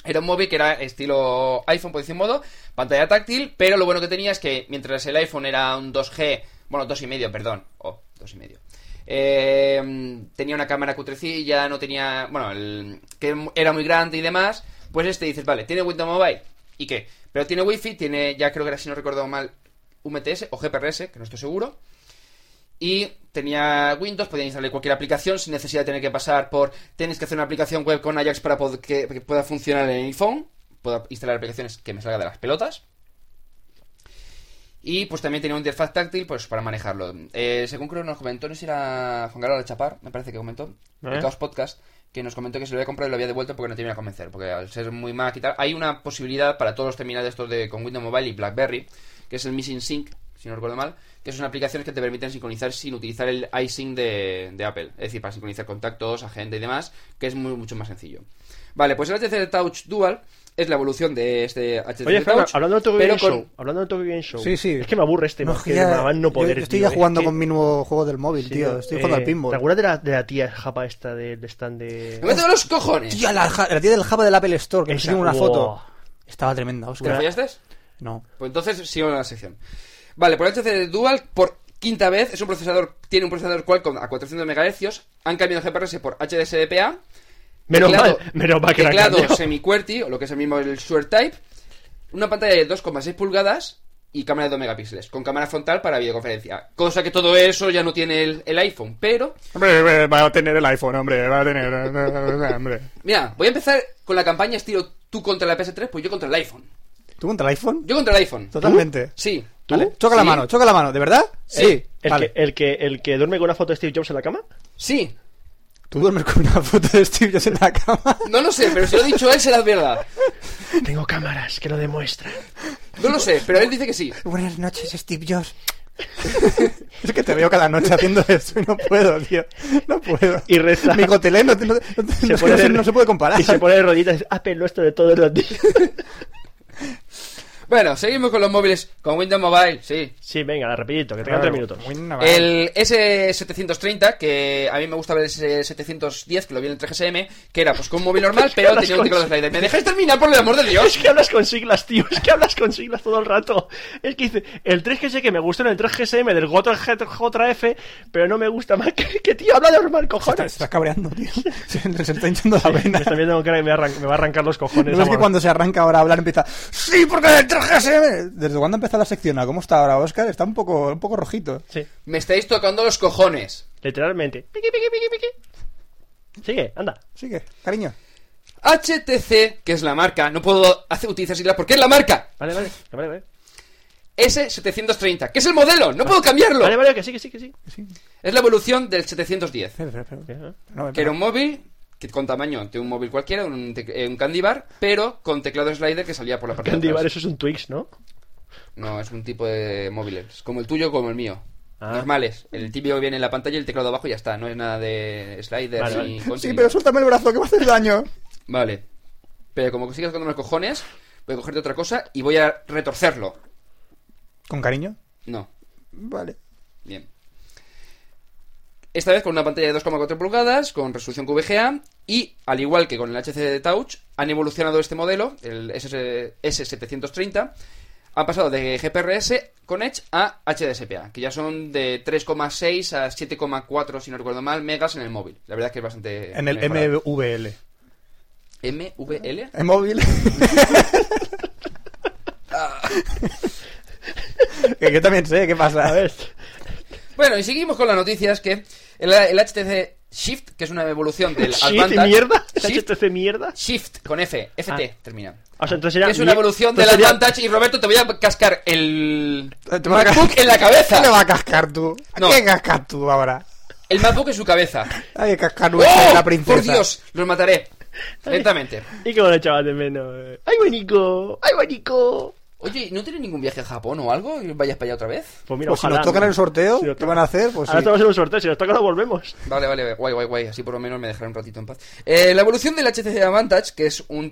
era un móvil que era estilo iPhone, por decir un modo, pantalla táctil, pero lo bueno que tenía es que mientras el iPhone era un 2G, bueno, 2,5, perdón, oh, 2,5. Eh, tenía una cámara cutrecilla, no tenía. Bueno, el- que era muy grande y demás. Pues este dices, vale, tiene Windows Mobile. ¿Y qué? Pero tiene Wi-Fi, tiene, ya creo que era, si no recuerdo mal, UMTS o GPRS, que no estoy seguro. Y tenía Windows, podía instalar cualquier aplicación sin necesidad de tener que pasar por. Tienes que hacer una aplicación web con Ajax para pod- que, que pueda funcionar en el iPhone. Puedo instalar aplicaciones que me salga de las pelotas. Y pues también tenía una interfaz táctil pues para manejarlo. Eh, según creo nos comentó, no sé si era Juan Carlos Chapar, me parece que comentó, ¿Eh? el Chaos Podcast, que nos comentó que se lo había comprado y lo había devuelto porque no tenía que convencer. Porque al ser muy Mac y tal, hay una posibilidad para todos los terminales estos de con Windows Mobile y BlackBerry, que es el Missing Sync, si no recuerdo mal, que son aplicaciones que te permiten sincronizar sin utilizar el iSync de, de Apple. Es decir, para sincronizar contactos, agenda y demás, que es muy, mucho más sencillo. Vale, pues el HTC Touch Dual es la evolución de este HTC Oye, Fran, Touch. hablando del Tokyo pero Game con- Show, hablando del Tokyo Game Show, Sí, sí. es que me aburre este, No, más que ya- nada no yo- poder, yo estoy tío, ya jugando es que- con mi nuevo juego del móvil, Sí, tío. no, Estoy jugando eh, al pinball. ¿Te acuerdas de la, de la tía japa esta del stand de...? ¡Me meto en los cojones! Tío, la, ja- la tía del Java del Apple Store, que me Esa, enseñó una wow. foto. Estaba tremenda, ¿Te la hostia. fallaste? No. Pues entonces sigo en la sección. Vale, por HC Dual, por quinta vez, es un procesador, tiene un procesador Qualcomm a 400 MHz, han cambiado GPRS por HDSDPA, Menos teclado- mal, menos mal que la teclado cambió. semi-QWERTY, o lo que es el mismo el SureType, una pantalla de 2,6 pulgadas y cámara de 2 megapíxeles, con cámara frontal para videoconferencia. Cosa que todo eso ya no tiene el, el iPhone, pero... Hombre, va a tener el iPhone, hombre, va a tener. Hombre. Mira, voy a empezar con la campaña estilo tú contra la PS3, pues yo contra el iPhone. ¿Tú contra el iPhone? Yo contra el iPhone. Totalmente. Sí. Vale, choca la Sí. mano, choca la mano, ¿de verdad? Sí. El, Vale. que, el, que, el que duerme con una foto de Steve Jobs en la cama. Sí. Tú duermes con una foto de Steve Jobs en la cama. No lo sé, pero si lo ha dicho él, será verdad. Tengo cámaras que lo demuestran. No lo sé, pero él dice que sí. Buenas noches, Steve Jobs. es que te veo cada noche haciendo eso y no puedo, tío. No puedo. Y reza. Mi gotelé no, te- no- no te- no pone se- de- no se puede comparar. Y se pone de rodillas y dice, Apple nuestro de todos los días. Bueno, seguimos con los móviles, con Windows Mobile, sí. sí, venga, rapidito, que tengan tres minutos. El S730, que a mí me gusta ver el S710, que lo vi en el 3GSM, que era pues con un móvil normal, pero hablas tenía un teclado con- slider. ¿Me dejáis terminar, por el amor de Es Dios? que hablas con siglas, tío. Es que hablas con siglas todo el rato. Es que dice, el 3GS que me gusta en el 3GSM del Gotra JF, pero no me gusta más que, que, tío. Habla normal, Se está, cojones. se está cabreando, tío. Se, se está hinchando la Me vena. está viendo con cara que me, va a arran- me va a arrancar los cojones. No es que vamos. cuando se arranca ahora a hablar empieza. ¡Sí, porque el 3GSM! ¿Desde cuándo empezó la sección? ¿A ¿Cómo está ahora, Oscar? Está un poco, un poco rojito. Sí, Me estáis tocando los cojones. literalmente. Piqui, piqui, piqui, piqui. Sigue, anda. Sigue, cariño. HTC, que es la marca, no puedo hacer, utilizar siglas porque es la marca. Vale, vale, vale, vale. S730, que es el modelo, no puedo cambiarlo. Vale, vale, que sí, que sí, que sí. Es la evolución del 710. Espera, espera, espera. Ajá. No, espera. Que era un móvil que con tamaño de un móvil cualquiera, un, tec- eh, un candy bar, pero con teclado slider que salía por la parte de Candy atrás. Bar, eso es un Twix, ¿no? No, es un tipo de móviles. Como el tuyo, como el mío. Ah. Normales. El típico que viene en la pantalla y el teclado abajo y ya está. No es nada de sliders Vale, ni vale. consigna. Sí, pero suéltame el brazo, que me haces daño. Vale. Pero como que sigas con los cojones, voy a cogerte otra cosa y voy a retorcerlo. ¿Con cariño? No. Vale. Bien. Esta vez con una pantalla de 2,4 pulgadas, con resolución QVGA, y al igual que con el HC de Touch, han evolucionado este modelo, el SS S730, han pasado de GPRS con Edge a HDSPA, que ya son de 3,6 a 7,4, si no recuerdo mal, megas en el móvil. La verdad es que es bastante... En el mejorado. MVL. MVL. ¿En móvil? que yo también sé qué pasa. Bueno, y seguimos con las noticias que el, el HTC Shift, que es una evolución del Shit, Advantage- mierda. Shift, HTC mierda. Shift, con F, FT, termina. O sea, entonces Que era es una mier- evolución del pues entonces era- Advantage y Roberto te voy a cascar el Eh, Te vas a ca- MacBook en la ¿Qué le va cabeza. a cascar tú? ¿A No. qué cascas tú ahora? El MacBook en su cabeza. Hay que cascar nuestra ¡Oh! de la princesa. Por Dios, los mataré. Lentamente. Y que bueno, chaval, de menos. eh. ¡Ay, buenico! ¡Ay, buenico! Oye, ¿no tiene ningún viaje a Japón o algo? ¿Y ¿Vayas para allá otra vez? Pues mira, Pues si ojalá, nos tocan ¿no? el sorteo, Si nos ¿qué tocan- van a hacer? Pues sí. Ahora estamos en un sorteo, si nos toca lo volvemos. Vale, vale, guay, guay, guay. Así por lo menos me dejaré un ratito en paz. Eh, la evolución del HTC Advantage, que es un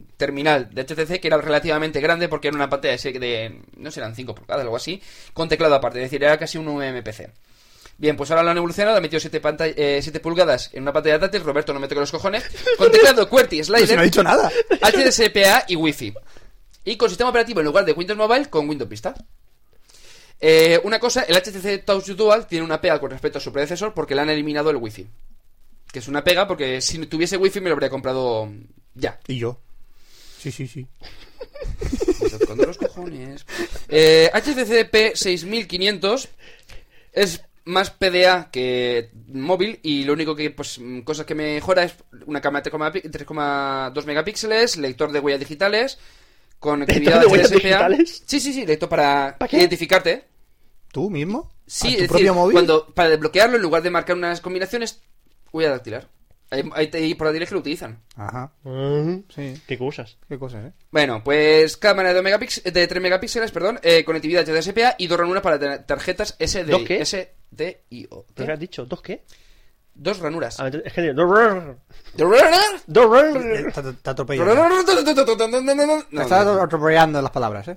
mm, terminal de HTC que era relativamente grande porque era una pantalla de, se- de no serán 5 pulgadas, algo así, con teclado aparte, es decir, era casi un MPC. Bien, pues ahora lo han evolucionado, han metido 7 pulgadas en una pantalla táctil, Roberto no me toca los cojones, con teclado QWERTY, Pero si no Pues he slider, dicho nada. HDSPA y Wi-Fi. Y con sistema operativo en lugar de Windows Mobile con Windows Vista. Eh, una cosa, el HTC Touch Dual tiene una pega con respecto a su predecesor porque le han eliminado el Wi-Fi. Que es una pega porque si tuviese Wi-Fi me lo habría comprado ya. Y yo. Sí, sí, sí. Me estás tocando los cojones. Eh, HTC P6500 es más PDA que móvil y lo único que, pues, mm, cosas que mejora es una cámara de 3,pi- 3,2 megapíxeles, lector de huellas digitales, conectividad ¿Lector de huellas HDSPA. digitales? Sí, sí, sí, lector para ¿Para qué? identificarte. ¿Tú mismo? Sí, ¿A es tu decir, propio móvil? cuando para desbloquearlo en lugar de marcar unas combinaciones, huella dactilar. Hay, hay, hay portátiles que lo utilizan. Ajá, sí. ¿Qué cosas? Qué cosas, ¿eh? Bueno, pues cámara de, 2 megapix- de 3 megapíxeles, perdón, eh, conectividad HDSPA y dos ranuras para tar- tarjetas ¿Dos SDI, qué? SDIO. ¿Qué has dicho? ¿Dos qué? ¿eh? Dos ranuras. Ah, es que dos rrr, ¿Dos ranuras? dos Eh, rrr. Te te atropellan. Te estás No, no. atropellando las palabras, ¿eh?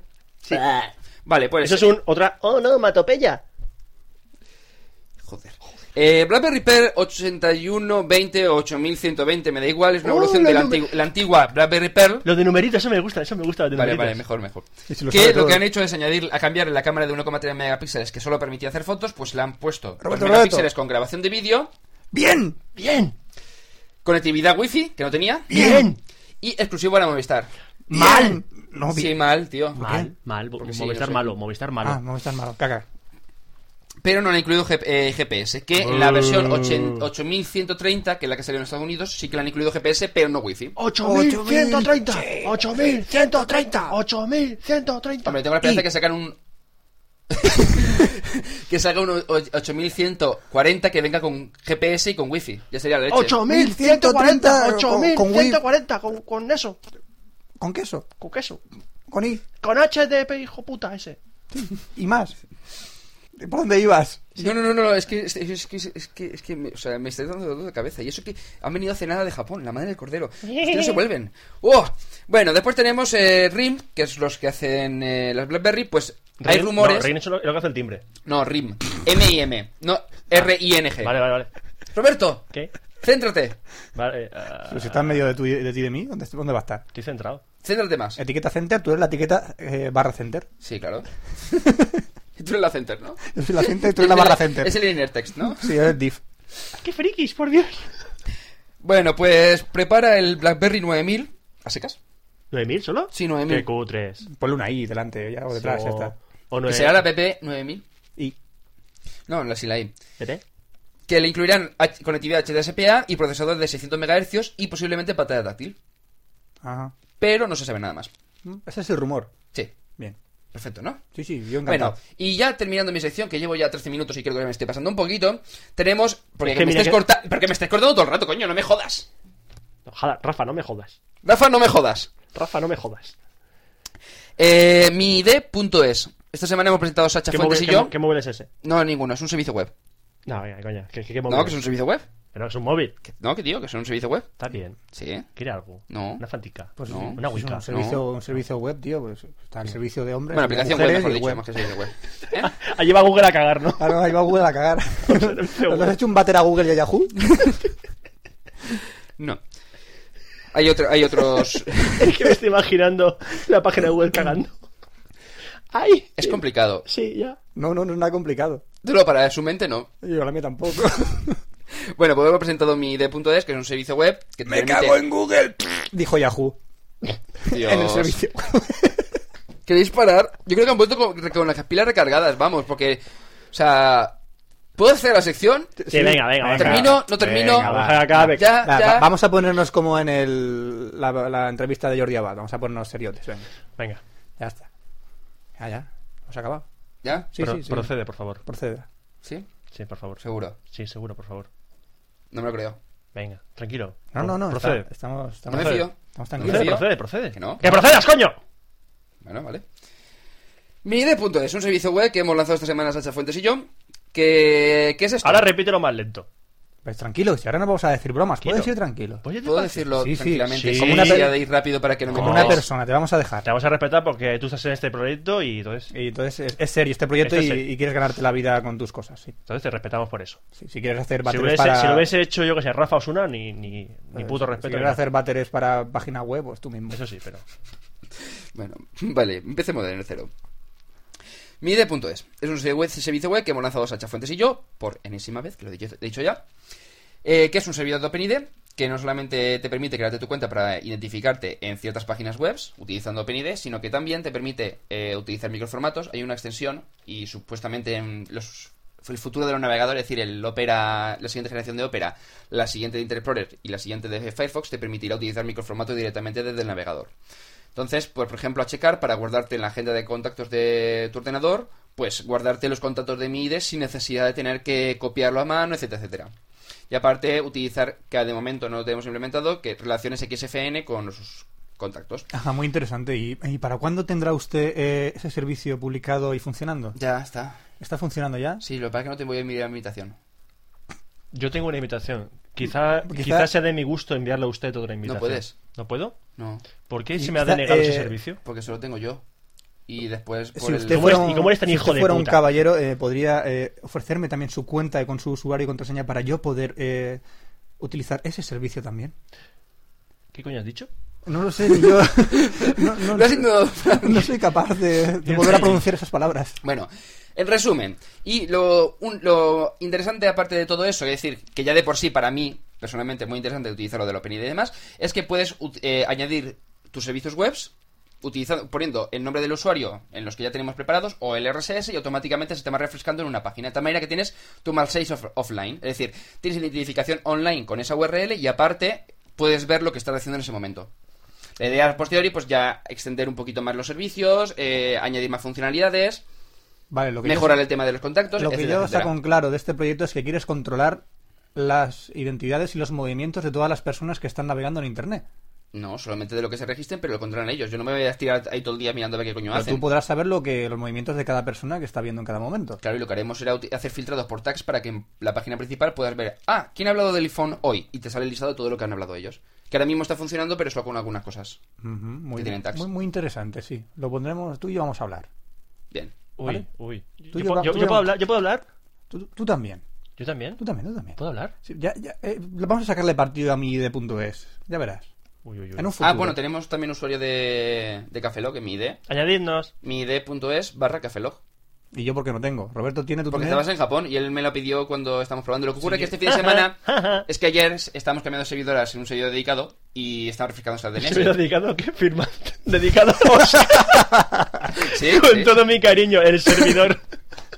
Vale, pues Eso es un otra oh no, matopeya. Joder. Eh, BlackBerry Pearl 8120 o 8120, me da igual, es una Oh, evolución la de la, nume- antigu- la antigua BlackBerry Pearl. Lo de numerito, eso me gusta, eso me gusta lo de Vale, numeritos. vale, mejor, mejor. Y si lo que sabe lo todo. que han hecho es añadir, a cambiar la cámara de 1,3 megapíxeles que solo permitía hacer fotos, pues la han puesto dos Roberto, megapíxeles Roberto. con grabación de vídeo, ¡Bien! Bien, conectividad wifi, que no tenía, bien. y exclusivo para Movistar. ¡Mal! No, Sí, bien. mal, tío. Mal, mal, bo- Porque sí, Movistar yo sé. malo, Movistar malo. Ah, me estás malo. Caca. Pero no han incluido G- eh, GPS, que en la versión 80- 8130, que es la que salió en Estados Unidos, sí que le han incluido GPS, pero no wifi. 8130, 8130, 8130. Hombre, tengo la esperanza que sacan un... que salga un o- o- 8140 que venga con GPS y con wifi. Ya sería la leche. 1140, 8140, con- con Wii. 8140, con, con eso, ¿Con queso? con queso. ¿Con I? Con HDP, hijo puta, ese. ¿Y más? ¿Y ¿Por dónde ibas? No, no, no, no, es que, es, es que, es que, es que me, o sea, me estáis dando dolor de cabeza. Y eso que han venido hace nada de Japón, la madre del cordero. Los tíos se vuelven. ¡Oh! Bueno, después tenemos eh, RIM, que es los que hacen eh, las Blackberry. Pues hay Rein- rumores. No, Rein es lo, lo que hace el timbre. No, RIM. M-I-M. No, Eh. R-I-N-G. Vale, vale, vale. Roberto, ¿Qué? céntrate. Vale, eh, ah, Pero si estás en medio de, tu- de ti y de mí, ¿dónde, ¿dónde va a estar? estoy centrado. Céntrate más. Etiqueta center, tú eres la etiqueta eh, barra center. Sí, claro. Tú eres la center, ¿no? Yo soy la center y tú eres la barra center. Es el inner text, ¿no? Sí, eres div. ¡Qué frikis, por Dios! Bueno, pues prepara el BlackBerry 9000. ¿A secas? ¿9.000 solo? Sí, 9.000. Qué cutres. Ponle una I delante ya, o detrás, O- ya está. O Que 9. será la PP 9000. Y No, la sí la I. Espérate. Que le incluirán H- conectividad HDSPA y procesador de 600 MHz y posiblemente pantalla táctil. Ajá. Pero no se sabe nada más. Mm, Ese es el rumor. Sí, Bien. perfecto, ¿no? Sí, sí, yo encantado. Bueno, y ya terminando mi sección, que llevo ya 13 minutos y creo que me estoy pasando un poquito, tenemos... Porque, Es que me, mira estés que- corta- porque me estés cortando todo el rato, coño, no me jodas. Ojalá, Rafa, no me jodas. Rafa, no me jodas. Rafa, no me jodas. Eh, mi ID.es Esta semana hemos presentado Sacha ¿Qué Fuentes móvil, y qué yo. mo- qué móvil es ese? No, ninguno, es un servicio web. No, venga, coña. ¿Qué, qué, qué móvil No, que es un servicio web. Pero es un móvil. Que- No, que digo, que es un servicio web. Está bien. Sí. Quiere algo. No. Una fantica. Pues No. sí, Una es Wicca. un servicio, No. un servicio web, tío. Pues está el servicio de hombres. Bueno, de aplicación web, mujeres mejor y dicho, web. más que servicio web. ¿Eh? Allí va Google a cagar, ¿no? Ahora ahí va Google a cagar. Observación. ¿Nos has hecho un váter a Google y a Yahoo? No. Hay, otro, hay otros... Es que me estoy imaginando la página de Google cagando. ¡Ay! es complicado. Sí, ya. No, no, no es nada complicado. Solo para su mente, no. Yo la mía tampoco. Bueno, pues hemos presentado mi D.es, que es un servicio web que te ¡Me permite- cago en Google! Dijo Yahoo. Dios. En el servicio. ¿Queréis parar? Yo creo que han vuelto con, con las pilas recargadas, vamos, porque... O sea... ¿Puedo hacer la sección? Sí, venga, venga. Venga. va, ¿Termino? ¿No termino? Venga, va, acabe. Ya, Va, ya. va- vamos a ponernos como en el, la, la entrevista de Jordi Abad. Vamos a ponernos seriotes. Venga. Venga, Ya está. Ya, ya. Hemos acabado. ¿Ya? Sí, pro- sí, sí. procede, por favor. Proceda. ¿Sí? Sí, por favor. Seguro. Sí, seguro, por favor. No me lo creo. Venga, tranquilo. No, no, no. está- Procede. estamos, No estamos, me fío. estamos ¿No tranquilos. me Procede, procede, fío? procede. ¿Que no? ¡Que procedas, coño! Bueno, vale. Mi ID.es, un servicio web que hemos lanzado esta semana Sacha Fuentes y yo. Que... ¿Qué es esto? Ahora repítelo más lento. Pues tranquilos, y ahora no vamos a decir bromas. Puedes Tranquilo. ir tranquilo. Pues ya te Puedo parece. decirlo Sí, sí, tranquilamente. sí. Como una Sí. idea de ir rápido para que no me Como Oh. una cortes. persona, te vamos a dejar. Te vamos a respetar porque tú estás en este proyecto y entonces, Y entonces es, es serio este proyecto Esto es y, serio. y quieres ganarte la vida con tus cosas. sí. entonces te respetamos por eso. Sí, si quieres hacer Si, váteres hubiese- pues para. pues si lo hubiese hecho yo que sé, Rafa Osuna, ni, ni, ni puto si respeto. ni quieres nada. hacer váteres para página web, pues tú mismo. Eso sí, pero. Bueno, vale, empecemos desde cero. Mi ID.es es un servicio web- servicio web que hemos lanzado Sacha Fuentes y yo, por enésima vez, que lo he dicho, he dicho ya, eh, que es un servidor de OpenID que no solamente te permite crearte tu cuenta para identificarte en ciertas páginas web utilizando OpenID, sino que también te permite eh, utilizar microformatos. Hay una extensión y supuestamente en los, el futuro de los navegadores, es decir, el Opera, la siguiente generación de Opera, la siguiente de Internet Explorer y la siguiente de Firefox te permitirá utilizar microformatos directamente desde el navegador. Entonces, pues, por ejemplo, a checar para guardarte en la agenda de contactos de tu ordenador, pues guardarte los contactos de mi ID sin necesidad de tener que copiarlo a mano, etcétera, etcétera. Y aparte, utilizar, que de momento no lo tenemos implementado, que relaciones XFN con sus contactos. Ajá, Ah, muy interesante. ¿Y, y para cuándo tendrá usted eh, ese servicio publicado y funcionando? Ya está. ¿Está funcionando ya? Sí, lo que pasa es que no te voy a enviar mi invitación. Yo tengo una invitación. Quizá, Quizá- quizá... sea de mi gusto enviarle a usted otra invitación. puedes. ¿No puedo? No, ¿Por qué Sí, se me ha quizá, denegado ese eh, servicio? porque solo tengo yo. Y después, por Si el- usted ¿Cómo eres- fuera un, y cómo eres tan si hijo usted de fuera un puta? caballero, eh, podría eh, ofrecerme también su cuenta con su usuario y contraseña para yo poder eh, utilizar ese servicio también. ¿Qué coño has dicho? No lo sé, ni yo. no, no- Lo has intentado. no soy capaz de, de volver a pronunciar esas palabras. Bueno, en resumen, y lo, un- lo interesante aparte de todo eso, es decir, que ya de por sí para mí, personalmente, es muy interesante utilizar lo del OpenID y demás, es que puedes ut- eh, añadir tus servicios webs utilizando, poniendo el nombre del usuario en los que ya tenemos preparados o el RSS y automáticamente se te va refrescando en una página. De tal manera que tienes tu MySpace off- offline, es decir, tienes identificación online con esa URL y aparte puedes ver lo que estás haciendo en ese momento. La idea a posteriori, pues ya extender un poquito más los servicios, eh, añadir más funcionalidades, Vale, lo que yo- mejorar el tema de los contactos, Lo que etcétera, yo etcétera. saco en claro de este proyecto es que quieres controlar las identidades y los movimientos de todas las personas que están navegando en Internet. No, solamente de lo que se registren, pero lo controlan ellos. Yo no me voy a tirar ahí todo el día mirando a ver qué coño Pero hacen. tú podrás saber lo que los movimientos de cada persona que está viendo en cada momento. Claro, y lo que haremos será uti- hacer filtrados por tags para que en la página principal puedas ver, ah, ¿quién ha hablado del iPhone hoy? Y te sale el listado de todo lo que han hablado ellos. Que ahora mismo está funcionando, pero solo con algunas cosas. Ujú, muy, Que tienen tags. muy, muy interesante, sí. Lo pondremos, tú y yo vamos a hablar. Bien. Uy, ¿Vale? uy. Yo, Tú yo lleva- puedo- yo- tú yo lleva- puedo hablar, ¿Yo puedo hablar? Tú, tú también, ¿Yo también? tú también, tú también. ¿Puedo hablar? Sí, ya, ya, eh, vamos a sacarle partido a mi de.es, ya verás. Uy, uy, uy. En un futuro. Ah, bueno, tenemos también usuario de, de Cafelog en mi ID. Añadidnos. Mi ID.es barra Cafelog. Y yo porque no tengo. Roberto tiene tu Porque también? estabas en Japón y él me lo pidió cuando estábamos probando. Lo que ocurre es que este fin de semana es que ayer estábamos cambiando servidoras en un servidor dedicado y estamos refrescando estas DNS. Soy dedicado, ¿qué firma? Dedicado o sea, Sí, con sí. todo mi cariño, el servidor.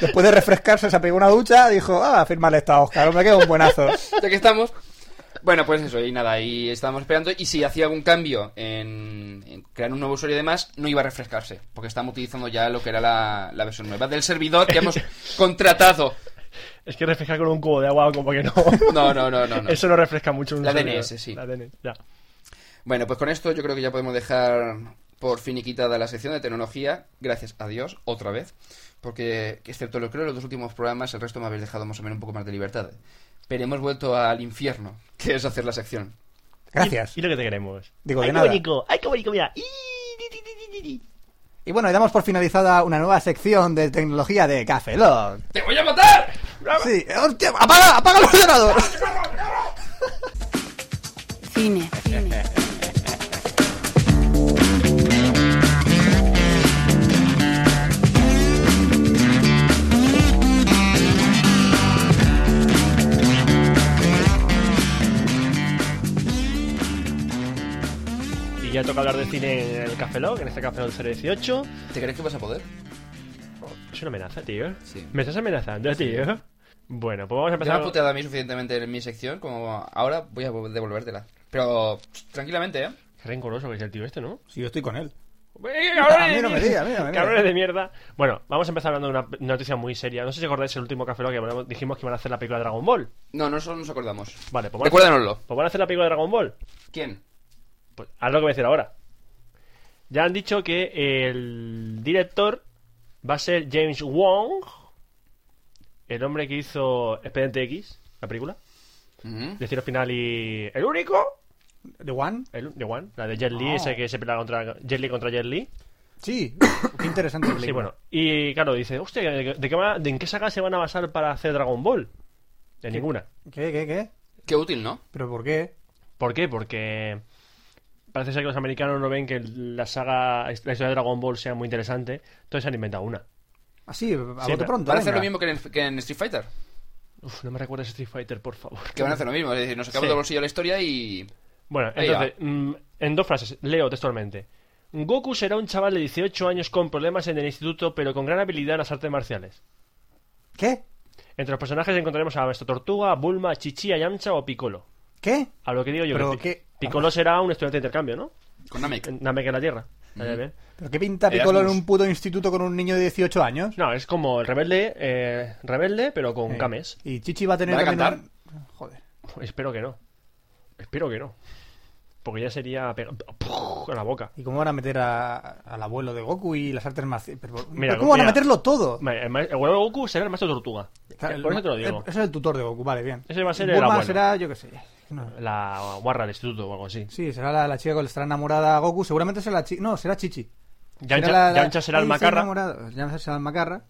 Después de refrescarse, se pegó una ducha y dijo, ah, firmarle esta a Oscar, me queda un buenazo. Ya que estamos. Bueno, pues eso, y nada, y estábamos esperando. Y si hacía algún cambio en, en crear un nuevo usuario y demás, no iba a refrescarse, porque estamos utilizando ya lo que era la, la versión nueva del servidor que hemos contratado. Es que refrescar con un cubo de agua como que no. No, no, no, no. no. Eso no refresca mucho. un La servidor. DNS, sí. La DNS, ya. Bueno, pues con esto yo creo que ya podemos dejar por finiquitada la sección de tecnología, gracias a Dios, otra vez, porque excepto lo creo los dos últimos programas, el resto me habéis dejado más o menos un poco más de libertad. Pero hemos vuelto al infierno, que es hacer la sección. Gracias. Y, y lo que te queremos. Digo, de ¡Ay, qué nada. bonito! ¡Ay, qué bonito! Mira. ¡Ih! Y bueno, y damos por finalizada una nueva sección de tecnología de Café Lock. ¡Te voy a matar! Sí, hostia, apaga, apaga el ordenador. Cine. Cine. Y ya toca hablar de cine en el Café Lock, en este Café Lock 018. ¿Te crees que vas a poder? Es una amenaza, tío. Sí. Me estás amenazando, tío. Bueno, pues vamos a Ya me empezar. has puteado a mí suficientemente en mi sección como ahora voy a devolvértela. Pero tranquilamente, ¿eh? Qué rencoroso que es el tío este, ¿no? Sí, yo estoy con él. ¡Eh, cabrones! A mí no me diga, a mí no me diga. Cabrones de mierda. Bueno, vamos a empezar hablando de una una noticia muy seria. No sé si acordáis el último café Lock que hablamos- dijimos que iban a hacer la película de Dragon Ball. No, nosotros nos acordamos. Vale, pues van a- Recuérdanoslo. pues van a hacer la película de Dragon Ball. ¿Quién? Pues haz lo que voy a decir ahora. Ya han dicho que el director va a ser James Wong, el hombre que hizo Expediente X, la película. Ujú. Destino Final y. El único. ¿The One? El, de One, la de Jet Ah. Li, ese que se pelea contra Jet Li contra Jet Li. Sí, qué interesante. Sí, bueno. Y claro, dice, hostia, ¿de, qué va- de en qué saga se van a basar para hacer Dragon Ball? De ninguna. ¿Qué, qué, qué? Qué útil, ¿no? ¿Pero por qué? ¿Por qué? Porque parece ser que los americanos no ven que la saga, la historia de Dragon Ball sea muy interesante, entonces han inventado una. Así, a bote pero- pronto. Van a hacer venga. lo mismo que en, que en Street Fighter. Uf, no me recuerdes Street Fighter, por favor. Que van a hacer lo mismo. Es decir, nos sacamos Sí. del bolsillo la historia y... Bueno, Ahí entonces, mm, en dos frases, leo textualmente. Goku será un chaval de 18 años con problemas en el instituto, pero con gran habilidad en las artes marciales. ¿Qué? Entre los personajes encontraremos a Besto Tortuga, Bulma, Chichi, a Yamcha o Piccolo. ¿Qué? A lo que digo yo, Pero que Pi- qué- Piccolo será un estudiante de intercambio, ¿no? Con Namek. En Namek en la Tierra. Estaría bien. ¿Pero qué pinta Piccolo en Erasmus. un puto instituto con un niño de 18 años? Eh, No, es como el rebelde, eh, rebelde, pero con cames. ¿Y Chichi va a tener ¿Van a también cantar? un- Joder. Espero que no. Espero que no. Porque ya sería pega- ¡Puf! con la boca. ¿Y cómo van a meter a- al abuelo de Goku y las artes marciales? Pero, Mira, ¿pero ¿Cómo van a mira. meterlo todo? Vale, El, ma- el huevo de Goku será el maestro tortuga. Eh, Por eso te lo digo. Ese es el tutor de Goku, vale, bien. Ese va a ser el Bulma abuelo. será, yo qué sé. no. La guarra del instituto o algo así. Sí, será la, la chica con la que estará enamorada Goku. Seguramente será la chica. No, será Chichi. Yancha, Será la- la- Yancha será el Ay, macarra. estoy enamorado. Yancha será el macarra.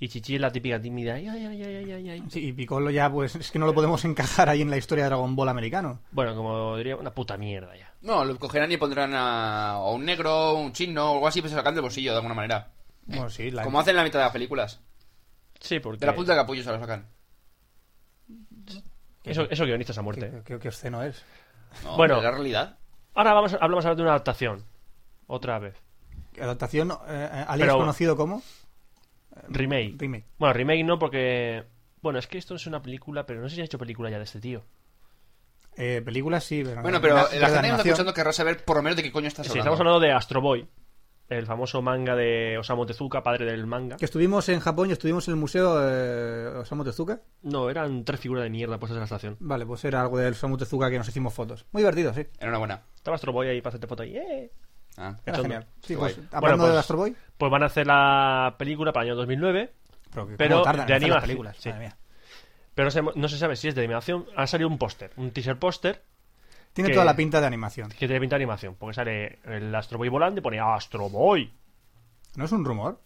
Y Chichi es la típica tímida. Ay, ay, ay, ay, ay, ay. Sí, y Piccolo ya, pues es que no lo podemos encajar ahí en la historia de Dragon Ball americano. Bueno, como diría, una puta mierda ya. No, lo cogerán y pondrán a, a un negro, un chino o algo así, pues se sacan del bolsillo de alguna manera. Bueno, sí, la... Como hacen en la mitad de las películas. Sí, porque. De la punta de capullo se lo sacan. Eso, eso guionistas a muerte. Qué, qué- qué obsceno es. No, Bueno. pero La realidad. Ahora vamos, a- hablamos ahora de una adaptación. Otra vez. Adaptación, eh, alias Pero- conocido como Remake. Remake. Bueno, remake no, porque. Bueno, es que esto es una película, pero no sé si ha hecho película ya de este tío. Eh, películas sí, pero. Bueno, pero una- la gente que nos está animación. escuchando querrá saber por lo menos de qué coño estás Sí, estamos hablando de Astro Boy, el famoso manga de Osamu Tezuka, padre del manga. Que estuvimos en Japón y estuvimos en el museo eh, Osamu Tezuka. No, eran tres figuras de mierda puestas en la estación. Vale, pues era algo del Osamu Tezuka que nos hicimos fotos. Muy divertido, sí. Enhorabuena. Estaba Astro Boy ahí para hacerte foto ahí. ¡eh! Ah. Era Cachondo. genial. Sí, Qué pues, guay. hablando Bueno, pues- de Astro Boy. Pues van a hacer la película para el año 2009, Pero, que- Pero ¿cómo tardan de en hacer las animación, películas. sí. Madre mía. pero no se, no se sabe si es de animación. Ha salido un póster, un teaser póster, Tiene Que- toda la pinta de animación. que tiene pinta de animación. Porque sale el Astro Boy volando y pone Astro Boy. ¿No es un rumor?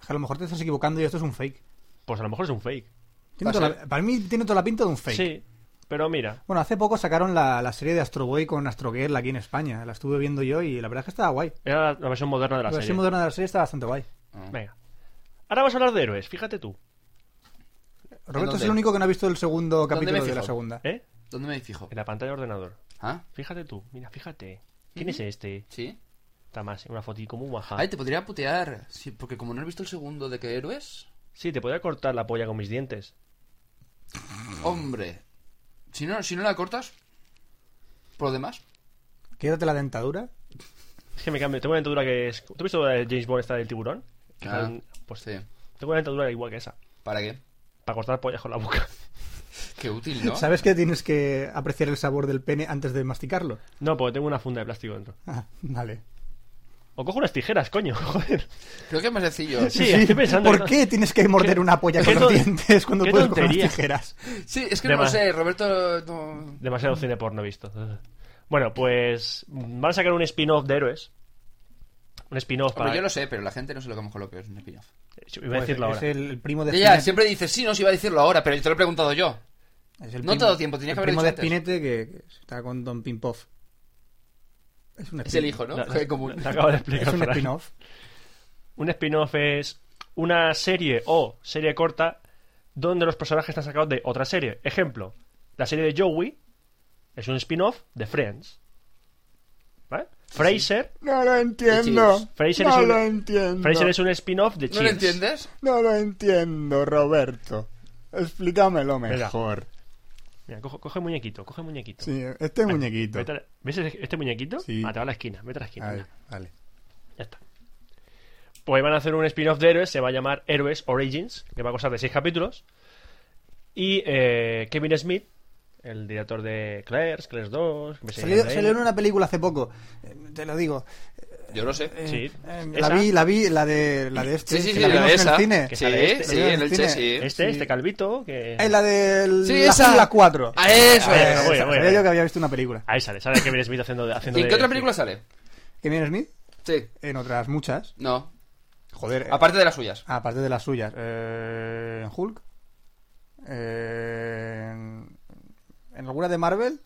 Es que a lo mejor te estás equivocando y esto es un fake. Pues a lo mejor es un fake. Tiene Va a toda la- ser- para mí tiene toda la pinta de un fake. Sí, pero mira. Bueno, hace poco sacaron la, la serie de Astro Boy con Astro Girl aquí en España. La estuve viendo yo y la verdad es que estaba guay. Era la, la versión moderna de la, La versión serie. moderna de la serie está bastante guay. Venga. Ahora vas a hablar de héroes, fíjate tú. Roberto es dónde? el único que no ha visto el segundo ¿Dónde capítulo me de la fijo? segunda. ¿Eh? ¿Dónde me fijo? En la pantalla de ordenador. ¿Ah? Fíjate tú, mira, fíjate. ¿Quién es este? ¿Sí? Está más, una fotico muy baja. Ay, te podría putear. Sí, porque como no he visto el segundo de qué héroes... Sí, te podría cortar la polla con mis dientes. Hombre. Si no, si no la cortas... Por lo demás... Quédate la dentadura. Es que me cambio. Tengo una dentadura que es. ¿Tú has visto la de James Bond esta del tiburón? Que Ah, salen- pues sí. Tengo una dentadura igual que esa. ¿Para qué? Para cortar pollas con la boca. Qué útil, ¿no? ¿Sabes que tienes que apreciar el sabor del pene antes de masticarlo? No, porque tengo una funda de plástico dentro. Ah, vale. O cojo unas tijeras, coño, joder. Creo que es más sencillo. Sí, estoy pensando. ¿Por qué tienes que morder ¿Qué- una polla qué con los ton- dientes cuando qué puedes con las tontería? tijeras? Sí, es que De no lo más. sé, Roberto no... Demasiado cine porno visto. Bueno, pues van a sacar un spin-off de héroes. Un spin-off para. Hombre, yo lo sé, pero la gente no se lo que mejor lo que es un spin-off. Iba a decirlo Pues es ahora. el primo de Ya, ya, Spinette- siempre dices, sí, no os iba a decirlo ahora, pero yo te lo he preguntado yo. es el no te ha dado tiempo, el tenías que haber primo dicho de antes. Spinette que, que está con Don Pimpoff. Es, un Es spin- el hijo, ¿no? La- Joder, común. Te acabo de explicar. Es un Fran. spin-off. Un spin-off es una serie o serie corta donde los personajes están sacados de otra serie. Ejemplo, la serie de Joey es un spin-off de Friends. ¿Vale? Fraser, No lo entiendo. Fraser no es un- lo entiendo. Fraser es un spin-off de ¿No Cheers. lo entiendes? No lo entiendo, Roberto. Explícamelo Venga. mejor. Mira, coge, coge muñequito, coge muñequito. Sí, este Vale, muñequito. vete a la- ¿Ves este muñequito? Sí. Ah, te va a la esquina, vete a la esquina. Ahí, venga, vale. Ya está. Pues van a hacer un spin-off de héroes, se va a llamar Héroes Origins, que va a costar de seis capítulos. Y eh, Kevin Smith, el director de Claire's, Claire's 2. que me Salió, sé- salió en una película hace poco. eh, Te lo digo. Yo lo sé. Eh, Sí. eh, Esa. la vi, la vi, la de la de este. Sí, sí, que sí, la la vimos de en el esa. cine. Que Sí, Sí, la vimos sí, en en el cine. che, sí. Este, este calvito, que... Eh, la de Sí, la esa. jungla 4. A eso Ah, es. bueno, bueno. Sabía yo que había visto una película. Ahí sale, sale Kevin Smith haciendo... haciendo ¿Y en de- qué otra película sale? Kevin Smith Sí. en otras muchas. No. Joder. eh, Aparte de las suyas. aparte de las suyas. Eh, en Hulk. eh, en, en alguna de Marvel.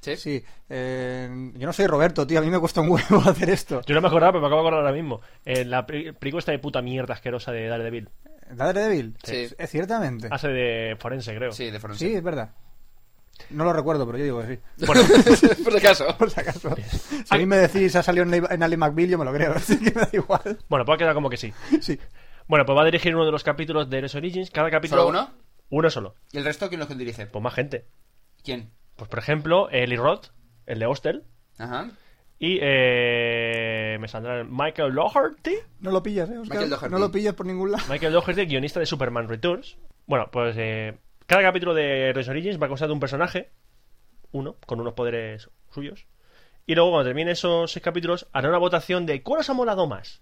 Sí. Sí. eh, yo no soy Roberto, tío. A mí me cuesta un huevo hacer esto. Yo no me acordaba, pero me acabo de acordar ahora mismo. Eh, la pe- película esta de puta mierda asquerosa de Daredevil. Daredevil. Sí. Eh, ciertamente. Hace de forense, creo. Sí, de Francia. Sí, es verdad. No lo recuerdo, pero yo digo que sí. Bueno, Por si acaso. Por si acaso. Si a mí me decís ha salido en en Ali McBeal, yo me lo creo. Así que me da igual. bueno, pues ha quedado como que sí. Sí. Bueno, pues va a dirigir uno de los capítulos de Heroes Origins. Cada capítulo... ¿Solo uno? Uno solo. ¿Y el resto quién lo dirige? Pues más gente. ¿Quién? Pues por ejemplo, Eli Roth, el de Hostel. Ajá. Y eh, me saldrá el Michael Dougherty. No lo pillas, ¿eh, Oscar? Michael Dougherty. No lo pillas por ningún lado. Michael Dougherty, guionista de Superman Returns. Bueno, pues eh, cada capítulo de Heroes Origins va a constar de un personaje, uno, con unos poderes suyos. Y luego, cuando termine esos seis capítulos, hará una votación de cuál os ha molado más.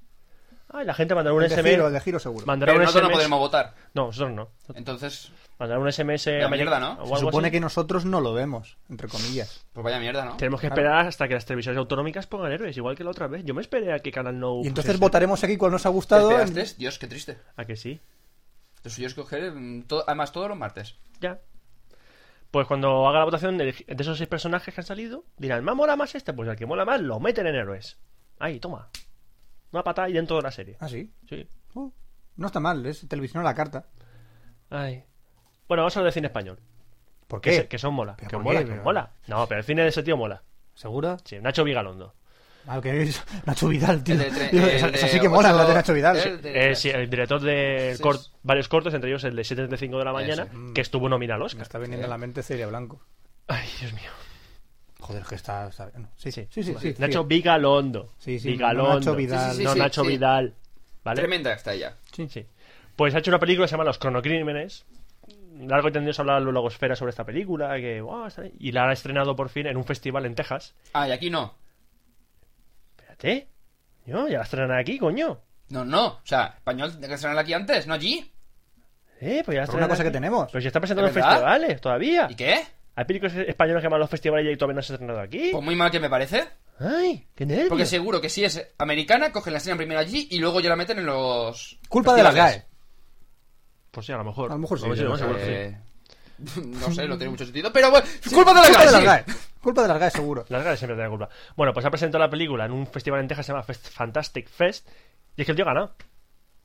Ah, y la gente mandará un El de giro, el de SMS. giro seguro. Mandará Pero un nosotros no SMS. podremos votar. No, nosotros no. Entonces, Mandará un SMS. a La Michael- mierda, ¿no? o algo Se supone así. que nosotros no lo vemos, entre comillas. pues vaya mierda, ¿no? Tenemos que esperar hasta que las televisiones autonómicas pongan héroes, igual que la otra vez. Yo me esperé a que Canal No. Y entonces pusiese- votaremos aquí cuál nos ha ¿Te gustado. esperaste? Dios, qué triste. A que sí. Lo suyo es coger, mm, todo- además, todos los martes. Ya. Pues cuando haga la votación de, de esos seis personajes que han salido, dirán, ¿más mola más este? Pues el que mola más lo meten en héroes. Ahí, toma. Una patada y dentro de la serie. Ah, sí. Sí. Uh, no está mal, es televisión a la carta. Ay. Bueno, vamos a hablar de cine español. ¿Por Que, se- que son mola. ¿Pero Que por mola, qué? que Pero- mola. No, pero el cine de ese tío mola. ¿Seguro? Sí, Nacho Vigalondo. Ah, que es Nacho Vidal, tío. El de tre- Digo, el esa, de esa sí que mola, ocho- la de Nacho Vidal. el de- Eh, sí, el director de Sí, cort- sí. varios cortos, entre ellos el de 7.35 de la mañana, mm. que estuvo nominado al Me Oscar. está viniendo a la mente Celia Blanco. Ay, Dios mío. Joder, que está... está- no, Sí, sí, sí. sí, sí. Nacho Vigalondo. Sí, sí, no, Vigalondo. no Nacho Vidal. Sí, sí, sí, No, Nacho sí. Vidal. ¿Vale? Tremenda está ella. Sí. Pues ha hecho una película que se llama Los Cronocrímenes. Largo y tendido se habla en la logosfera sobre esta película. Que, "Buah, está bien". Y la ha estrenado por fin en un festival en Texas. Ah, y aquí no. Espérate. No, ya la estrenan aquí, coño. No, no. O sea, español tiene que estrenar aquí antes, no allí. Eh, pues ya la Pero una estrenan cosa aquí. que tenemos. Pero si está presentando en ¿De verdad? festivales todavía. ¿Y qué? Hay películas españolas que van a los festivales y todavía no se ha estrenado aquí. Pues muy mal que me parece. Ay, qué nervios. Porque seguro que si es americana, cogen la escena primero allí y luego ya la meten en los. Culpa de la festivales. GAE. Pues sí, a lo mejor. A lo mejor sí, No, yo no no, seguro que sí. Eh, No sé, no tiene mucho sentido, pero bueno, culpa de la GAE. Culpa de sí. la GAE. Culpa de la GAE, seguro. Las ganas siempre tienen culpa. Bueno, pues ha presentado la película en un festival en Texas que se llama Fest- Fantastic Fest. Y es que el tío ha ganado.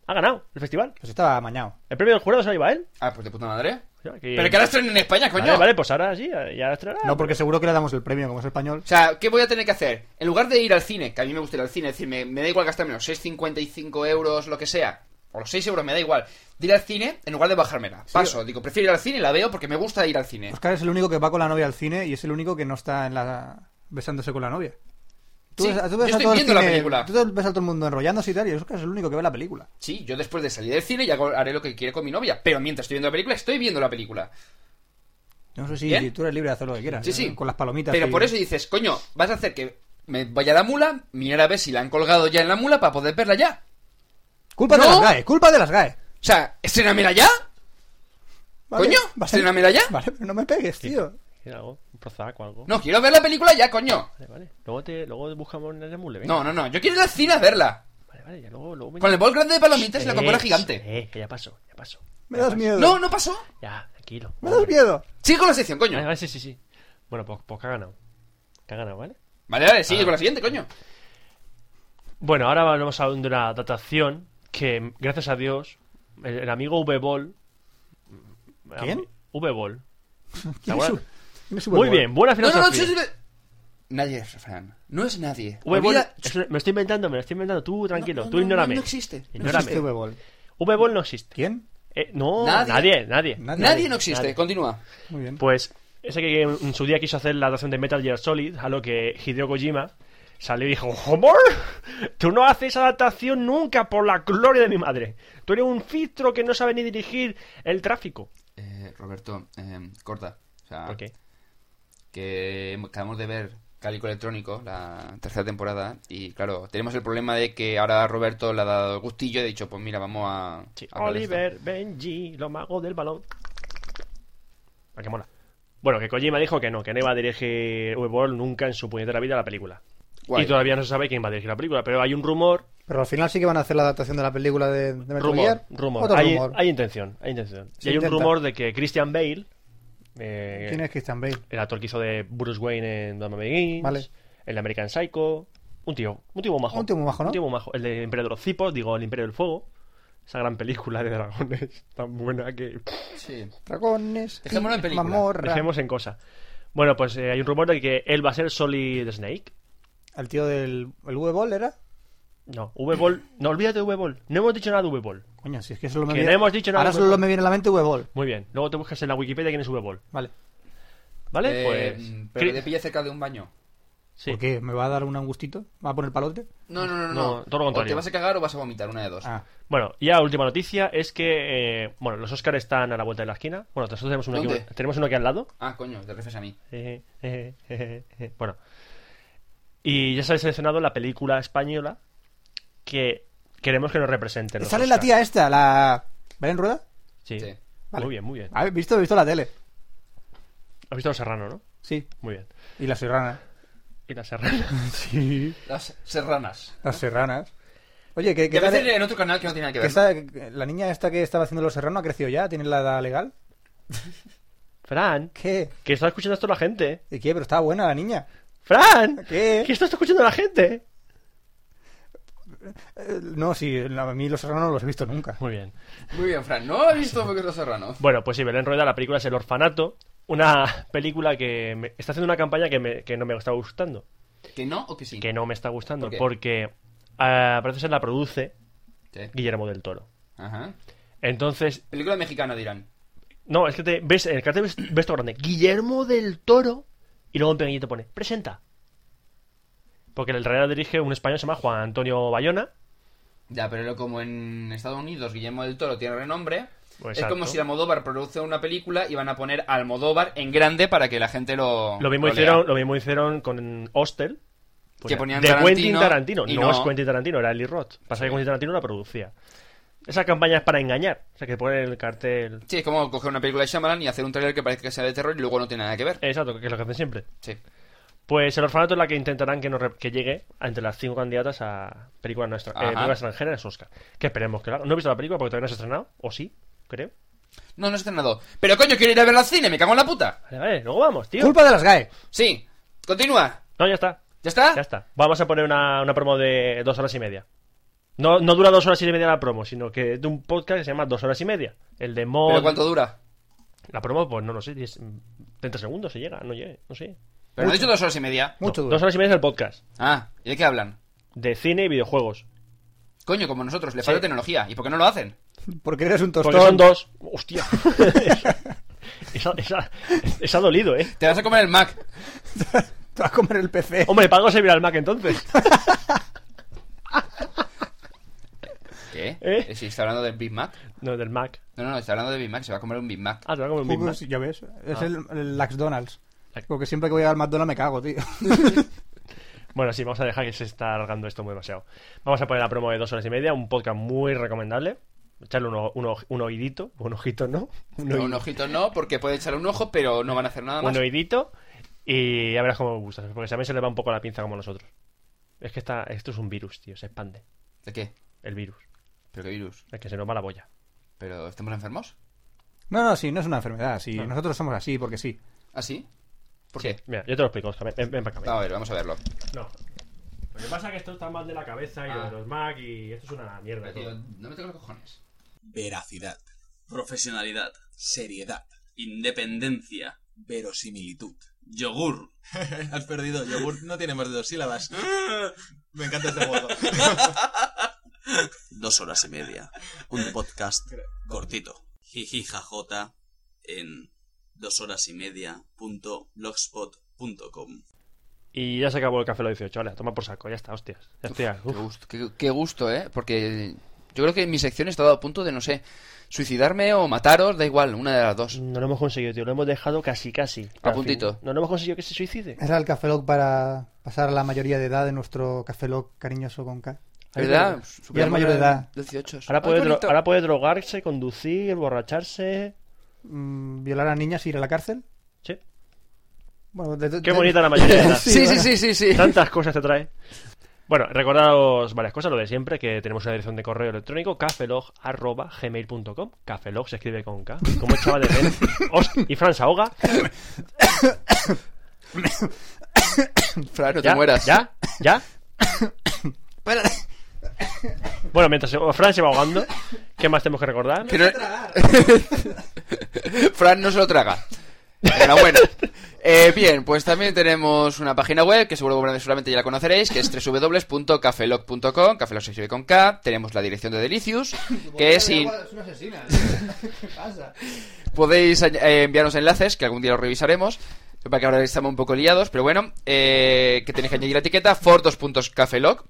Ha ganado el festival. Pues estaba amañado. El premio del jurado se lo lleva él. Ah, pues de puta madre. O sea, Pero que ahora estrenen en España, coño. Vale, vale, pues ahora sí, ya estrenará. No, porque seguro que le damos el premio, como es español. O sea, ¿qué voy a tener que hacer? En lugar de ir al cine, que a mí me gusta ir al cine, es decir, me, me da igual gastarme los 6,55 euros, lo que sea, o los 6 euros, me da igual, de ir al cine en lugar de bajármela. Paso, digo, prefiero ir al cine y la veo porque me gusta ir al cine. Oscar es el único que va con la novia al cine y es el único que no está en la... besándose con la novia. Sí, yo estoy todo el viendo la cine- película. Tú ves a todo el mundo enrollándose y tal, y Oscar es el único que ve la película. Sí, yo después de salir del cine ya hago- haré lo que quiera con mi novia, pero mientras estoy viendo la película, estoy viendo la película. Yo no sé si ¿Bien? tú eres libre de hacer lo que quieras. Sí, ¿eh? sí. Con las palomitas. Pero y- por eso dices, coño, vas a hacer que me vaya a la mula, mirar a ver si la han colgado ya en la mula para poder verla ya. Culpa de ¿No? las GAE, culpa de las GAE. O sea, estrenamela ya. Coño, estrenamela ya. Vale, pero no me pegues, tío. ¿Qué hago? ¿Un Prozac o algo? No, quiero ver la película ya, coño. Vale, vale. Luego, te, luego buscamos en el mule, venga. No, no, no, yo quiero ir al cine a verla. Vale, vale, ya luego, luego me- Con el bol grande de palomitas y la Eh, cocola gigante. Eh, que ya pasó, ya pasó. Me das miedo. No, no pasó. Ya, tranquilo. Ah, Me das miedo. Sigue con la sección, coño. Vale, vale, sí, sí, sí. Bueno, pues, pues que ha ganado. Que ha ganado, ¿vale? Vale, vale, Ah. sigue con la siguiente, coño. Bueno, ahora vamos a de una adaptación que, gracias a Dios, el, el amigo V-Ball. mm, ¿Quién? V-Ball. ¿Te ¿Quién es acuerdas? su- quién es su Muy huevo? bien, buena No, no, filosofía. no, sí, sí, sí. Nadie es Fran. No es nadie. V-Ball, Olvida- es una- me lo estoy inventando, me lo estoy inventando. Tú tranquilo, No, no, tú no, ignórame. no existe, no ¿Quién es este Ignórame. huevón? V-Ball no existe. ¿Quién? Eh, no, Nadie. nadie, nadie. Nadie. Nadie no existe. Nadie. Continúa. Muy bien. Pues ese que en su día quiso hacer la adaptación de Metal Gear Solid, a lo que Hideo Kojima salió y dijo, ¡Homor! Tú no haces adaptación nunca por la gloria de mi madre. Tú eres un filtro que no sabe ni dirigir el tráfico. Eh, Roberto, eh, corta. O sea, ¿Por qué? que acabamos de ver Cálico Electrónico, la tercera temporada, y claro, tenemos el problema de que ahora Roberto le ha dado gustillo y ha dicho, pues mira, vamos a... Sí, a hablar de Oliver, Benji, los magos del balón. ¿A qué Ah, mola? Bueno, que Kojima dijo que no, que no iba a dirigir Webworld nunca en su puñetera vida la película. esto. Guay. Y todavía no se sabe quién va a dirigir la película, pero hay un rumor Pero al final sí que van a hacer la adaptación de la película de, de Metal rumor, Gear. rumor. Otro Hay, rumor. hay intención, hay intención. Se y hay un intenta. rumor de que Christian Bale, eh, ¿Quién es Christian Bale? el actor que hizo de Bruce Wayne en Batman Begins, Vale. el American Psycho, un tío, un tío muy majo. Un tío muy majo, ¿no? Un tío muy majo. El de Emperador Cipos, digo, el Imperio del Fuego. Esa gran película de dragones tan buena que Sí. Dragones. Dejémoslo en y película. Mamorra. dejemos en cosa. Bueno, pues eh, hay un rumor de que él va a ser Solid Snake. ¿El tío del el V-Ball era? No, V-Ball. No, olvídate de V-Ball. No hemos dicho nada de V-Ball. Coño, si es que solo me Que viene... no hemos dicho nada Ahora de solo V-Ball. me viene a la mente V-Ball. Muy bien. Luego te buscas en la Wikipedia quién es V-Ball. Vale. ¿Vale? Eh, pues. mm, Pero Cri- te pilla cerca de un baño. sí. ¿Por qué? ¿Me va a dar un angustito? ¿Me va a poner palote? No, no, no, no. No, todo lo o te contrario. vas a cagar o vas a vomitar, una de Pues, dos. Ah. Bueno, y la última noticia es que, eh, bueno, los Oscars están a la vuelta de la esquina. Bueno, nosotros tenemos uno, ¿Dónde? aquí, tenemos uno aquí al lado. Ah, coño, te refieres a mí. Eh, eh, eh, eh, Bueno. Y ya se ha seleccionado la película española que queremos que nos represente. en los Sale Oscar. la tía esta, la... ¿Belén Rueda? Sí. Sí. Vale. Muy bien, muy bien. Ah, he visto, he visto la tele. Has visto Los Serrano, ¿no? Sí. Muy bien. Y la serrana. Y La Serrano. Sí. Las serranas. Las serranas. Oye, ¿qué, Que qué a tal- veces en otro canal que no tiene nada que que ver. esta- que la niña esta que estaba haciendo los serranos ha crecido ya? ¿Tiene la edad legal? Fran, ¿Qué? que está escuchando esto la gente. ¿eh? ¿Y qué? Pero estaba buena la niña. Fran, ¿Qué? que esto está escuchando la gente. Eh, No, sí, la- a mí los serranos no los he visto nunca. Muy bien. Muy bien, Fran. No has visto porque los serranos. Bueno, pues sí, Belén Rueda, la película es El Orfanato, una película que me- está haciendo una campaña que, me- que no me está gustando. ¿Que no o que sí? Que no me está gustando, ¿Por qué? porque ah, parece ser la produce Sí. Guillermo del Toro. Ajá. Entonces, Película mexicana, dirán. no, es que te ves, en el cartel ves, ves todo grande, Guillermo del Toro, y luego en pequeñito pone, presenta. Porque el trailer dirige un español, se llama Juan Antonio Bayona. Ya, pero como en Estados Unidos Guillermo del Toro tiene renombre, Pues es exacto. como si Almodóvar produce una película y van a poner Almodóvar en grande para que la gente lo. Lo mismo, lo lea. hicieron, lo mismo hicieron con Hostel. pues Que ponían de Tarantino Quentin Tarantino. y No, no. es Quentin Tarantino, era Eli Roth. Pasa que Quentin Tarantino la producía. Esa campaña es para engañar. O sea, que ponen el cartel. Sí, es como coger una película de Shyamalan y hacer un trailer que parezca que sea de terror y luego no tiene nada que ver. Exacto, que es lo que hacen siempre. Sí. Pues el orfanato es la que intentarán que, nos re- que llegue a entre las cinco candidatas a películas nuestra, eh, Ajá. películas extranjeras Oscar. Que esperemos que lo haga. No he visto la película porque todavía no se ha estrenado. O sí, creo. No, no he estrenado. Pero coño, quiero ir a verla al cine, me cago en la puta. Vale, vale, luego vamos, tío. Culpa de las GAE. Sí, continúa. No, ya está. ¿Ya está? Ya está. Vamos a poner una, una promo de dos horas y media. No, no dura dos horas y media la promo, sino que es de un podcast que se llama Dos horas y media. El de Mod. ¿Pero cuánto dura? La promo, pues no lo sé, 10, 30 segundos se llega, no llegue, no sé. Pero no he dicho dos horas y media. Mucho No, duro. Dos horas y media es el podcast. Ah, ¿y de qué hablan? De cine y videojuegos. Coño, como nosotros, le falta tecnología. ¿Y por qué no lo hacen? Porque eres un tostón. Porque son dos. ¡Hostia! esa, esa, esa ha dolido, ¿eh? Te vas a comer el Mac. Te vas a comer el PC. Hombre, pago servir al Mac entonces. ¿Qué? ¿Eh? Sí, está hablando del Big Mac. No, del Mac. No, no, no, está hablando del Big Mac, se va a comer un Big Mac. Ah, te va como un Big Mac. Juegos, ya ves. Ah. Es el, el Lax Donalds. Lax- Porque siempre que voy al McDonald's me cago, tío. Bueno, sí, vamos a dejar que se está alargando esto muy demasiado. Vamos a poner la promo de dos horas y media, un podcast muy recomendable. Echarle un, o- un, o- un oídito, un ojito, ¿no? Un, No, oí- un ojito no, porque puede echarle un ojo, pero no van a hacer nada más. un oídito y ya verás cómo me gusta, porque también se le va un poco la pinza como a nosotros. Es que está, esto es un virus, tío, se expande. ¿De qué? El virus, ¿Pero qué virus? el que se nos va la boya. ¿Pero estamos enfermos? No, no, sí, no es una enfermedad. Sí, nosotros somos así porque sí. ¿Ah, sí? ¿Por qué? Mira, yo te lo explico, Oscar, ven, ven, ven para acá. ven. A ver, vamos a verlo. No. Lo que pasa es que esto está mal de la cabeza y Ah. lo de los Mac y esto es una mierda. Tío, todo. no me tengo los cojones. Veracidad, profesionalidad, seriedad, independencia, verosimilitud. Yogur. Has perdido, yogur no tiene más de dos sílabas. Me encanta este juego. Dos horas y media. Un podcast cortito. Jiji jajota en dos horas y media punto blogspot.com. Y ya se acabó el café lo 18, vale, toma por saco, ya está, hostias. Ya estoy, Qué uf. gusto, qué- qué gusto, ¿eh? Porque yo creo que mi sección está a punto de, no sé, suicidarme o mataros, da igual, una de las dos. No lo hemos conseguido, tío, lo hemos dejado casi, casi. Al fin, puntito. No lo hemos conseguido que se suicide. Era el Café Lock para pasar la mayoría de edad de nuestro Café Lock cariñoso con K. ¿Verdad? Ya es mayor de edad. 18. Ahora puede, Ay, dro- bonito. ahora puede drogarse, conducir, emborracharse. Mm, ¿Violar a niñas e ir a la cárcel? Sí. Bueno, de- de- Qué de- bonita la mayoría de edad. Sí, sí, sí, sí, sí. Tantas cosas te trae. Bueno, recordaros varias cosas, lo de siempre, que tenemos una dirección de correo electrónico, cafelog.gmail.com. Cafelog se escribe con K. Como el chaval de Ben. Os- y Fran se ahoga. Fran, no ¿Ya? te mueras. ¿Ya? ¿Ya? bueno, mientras se- Fran se va ahogando, ¿qué más tenemos que recordar? Que no- Fran no se lo traga. Enhorabuena. Eh, bien, pues también tenemos una página web que seguro que seguramente ya la conoceréis, que es www.cafelog.com, cafelog se escribe con K. Tenemos la dirección de Delicious, que es in- una asesina. ¿Qué pasa? Podéis añ- eh, enviarnos enlaces, que algún día los revisaremos. Para que ahora estamos un poco liados, pero bueno, eh, que tenéis que añadir la etiqueta for dos puntos cafelog.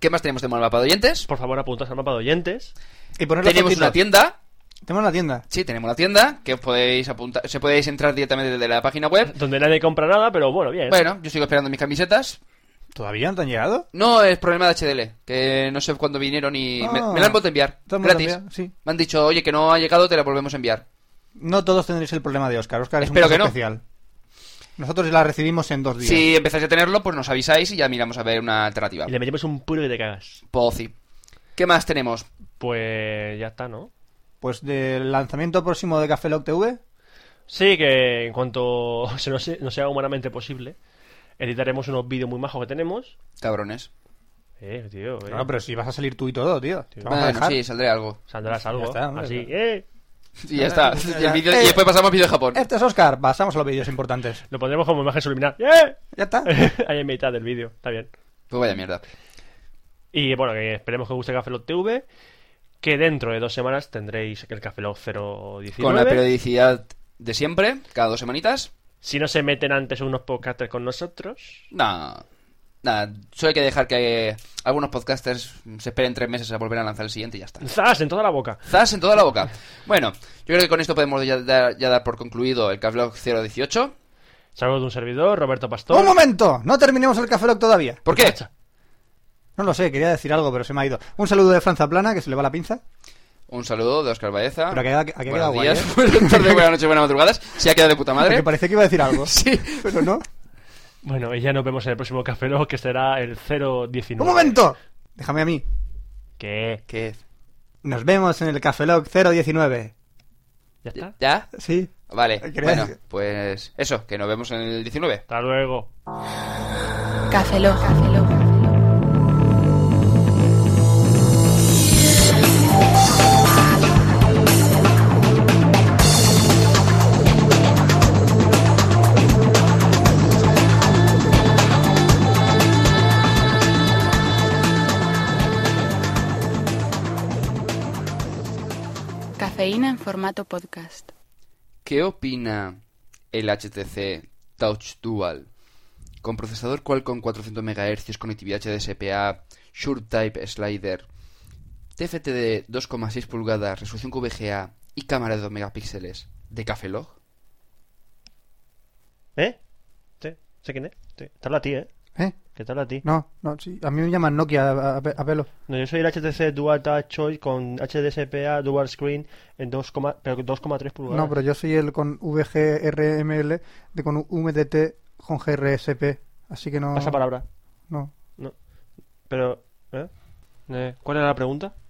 ¿Qué más tenemos de mapa de oyentes? Por favor, apuntaos al mapa de oyentes. Y poner los Tenemos fotitos. una tienda, Tenemos una tienda. sí, tenemos una tienda, que os podéis apuntar, se podéis entrar directamente desde la página web. Donde nadie compra nada, pero bueno, bien. Bueno, yo sigo esperando mis camisetas. ¿Todavía no te han llegado? No, es problema de HDL, que no sé cuándo vinieron y me, Ah. me la han vuelto a enviar. Te la han vuelto a Gratis. enviar, sí. Me han dicho, oye, que no ha llegado, te la volvemos a enviar. No todos tendréis el problema de Oscar. Oscar es Espero un caso que no. especial. Nosotros la recibimos en dos días. Si empezáis a tenerlo, pues nos avisáis y ya miramos a ver una alternativa. Y le metemos un puro que te cagas. Pozzi. ¿Qué más tenemos? Pues ya está, ¿no? Pues del lanzamiento próximo de Café Lock TV, Sí, que en cuanto se nos, no sea humanamente posible, editaremos unos vídeos muy majos que tenemos. Cabrones. Eh, tío, eh. Claro, pero si vas a salir tú y todo, tío. Te vamos a Bueno, dejar. sí, saldré algo. Saldrás algo. Ya está, hombre, así, claro. eh. Y ya está. ya, Y, el ya. vídeo- y Eh. después pasamos al vídeo de Japón. Este es Oscar. Pasamos a los vídeos importantes. Lo pondremos como imagen subliminal. ¡Eh! Ya está. Ahí en mitad del vídeo, está bien. Pues vaya mierda. Y bueno, que esperemos que os guste Café Lock TV. Que dentro de dos semanas tendréis el Café Lock 019. Con la periodicidad de siempre, cada dos semanitas. Si no se meten antes unos podcasters con nosotros. Nah. Nada, solo hay que dejar que algunos podcasters se esperen tres meses a volver a lanzar el siguiente y ya está. ¡Zas! En toda la boca. ¡Zas en toda la boca! Bueno, yo creo que con esto podemos ya dar, ya dar por concluido el Cavlog 018. Saludos de un servidor, Roberto Pastor. ¡Un momento! No terminemos el Café Lock todavía. ¿Por qué? No lo sé, quería decir algo, pero se me ha ido. Un saludo de Franza Plana, que se le va la pinza. Un saludo de Oscar Baeza. Pero ha quedado- ha quedado Buenos guay, días, ¿eh? buenas tardes, buenas noches, buenas madrugadas. Se ha quedado de puta Porque madre. parecía que iba a decir algo. Sí. Pero no. Bueno, y ya nos vemos en el próximo Café Lock, que será el 019. ¡Un momento! Déjame a mí. ¿Qué? ¿Qué? Nos vemos en el Café Lock 019. ¿Ya está? ¿Ya? Sí. Vale, Quería bueno, decir- pues eso, que nos vemos en el 19. Hasta luego. Café Lock. Cafeína en formato podcast. ¿Qué opina el HTC Touch Dual con procesador Qualcomm 400 MHz, conectividad DSPA, SureType Slider, TFT de 2,6 pulgadas, resolución QVGA y cámara de 2 megapíxeles de Cafelog? ¿Eh? Sí, sé quién es. Sí. Te habla a ti, ¿eh? ¿Eh? ¿Qué tal a ti? No, no, sí. A mí me llaman Nokia a, a- a pelo. No, yo soy el HTC Dual Touch Choice con HDSPA Dual Screen en 2, pero 2,3 pulgadas. No, pero yo soy el con VGRML, de con UMTT, con GRSP. Así que no. Pasa palabra. No. Pero, ¿eh? Eh, ¿Cuál era la pregunta?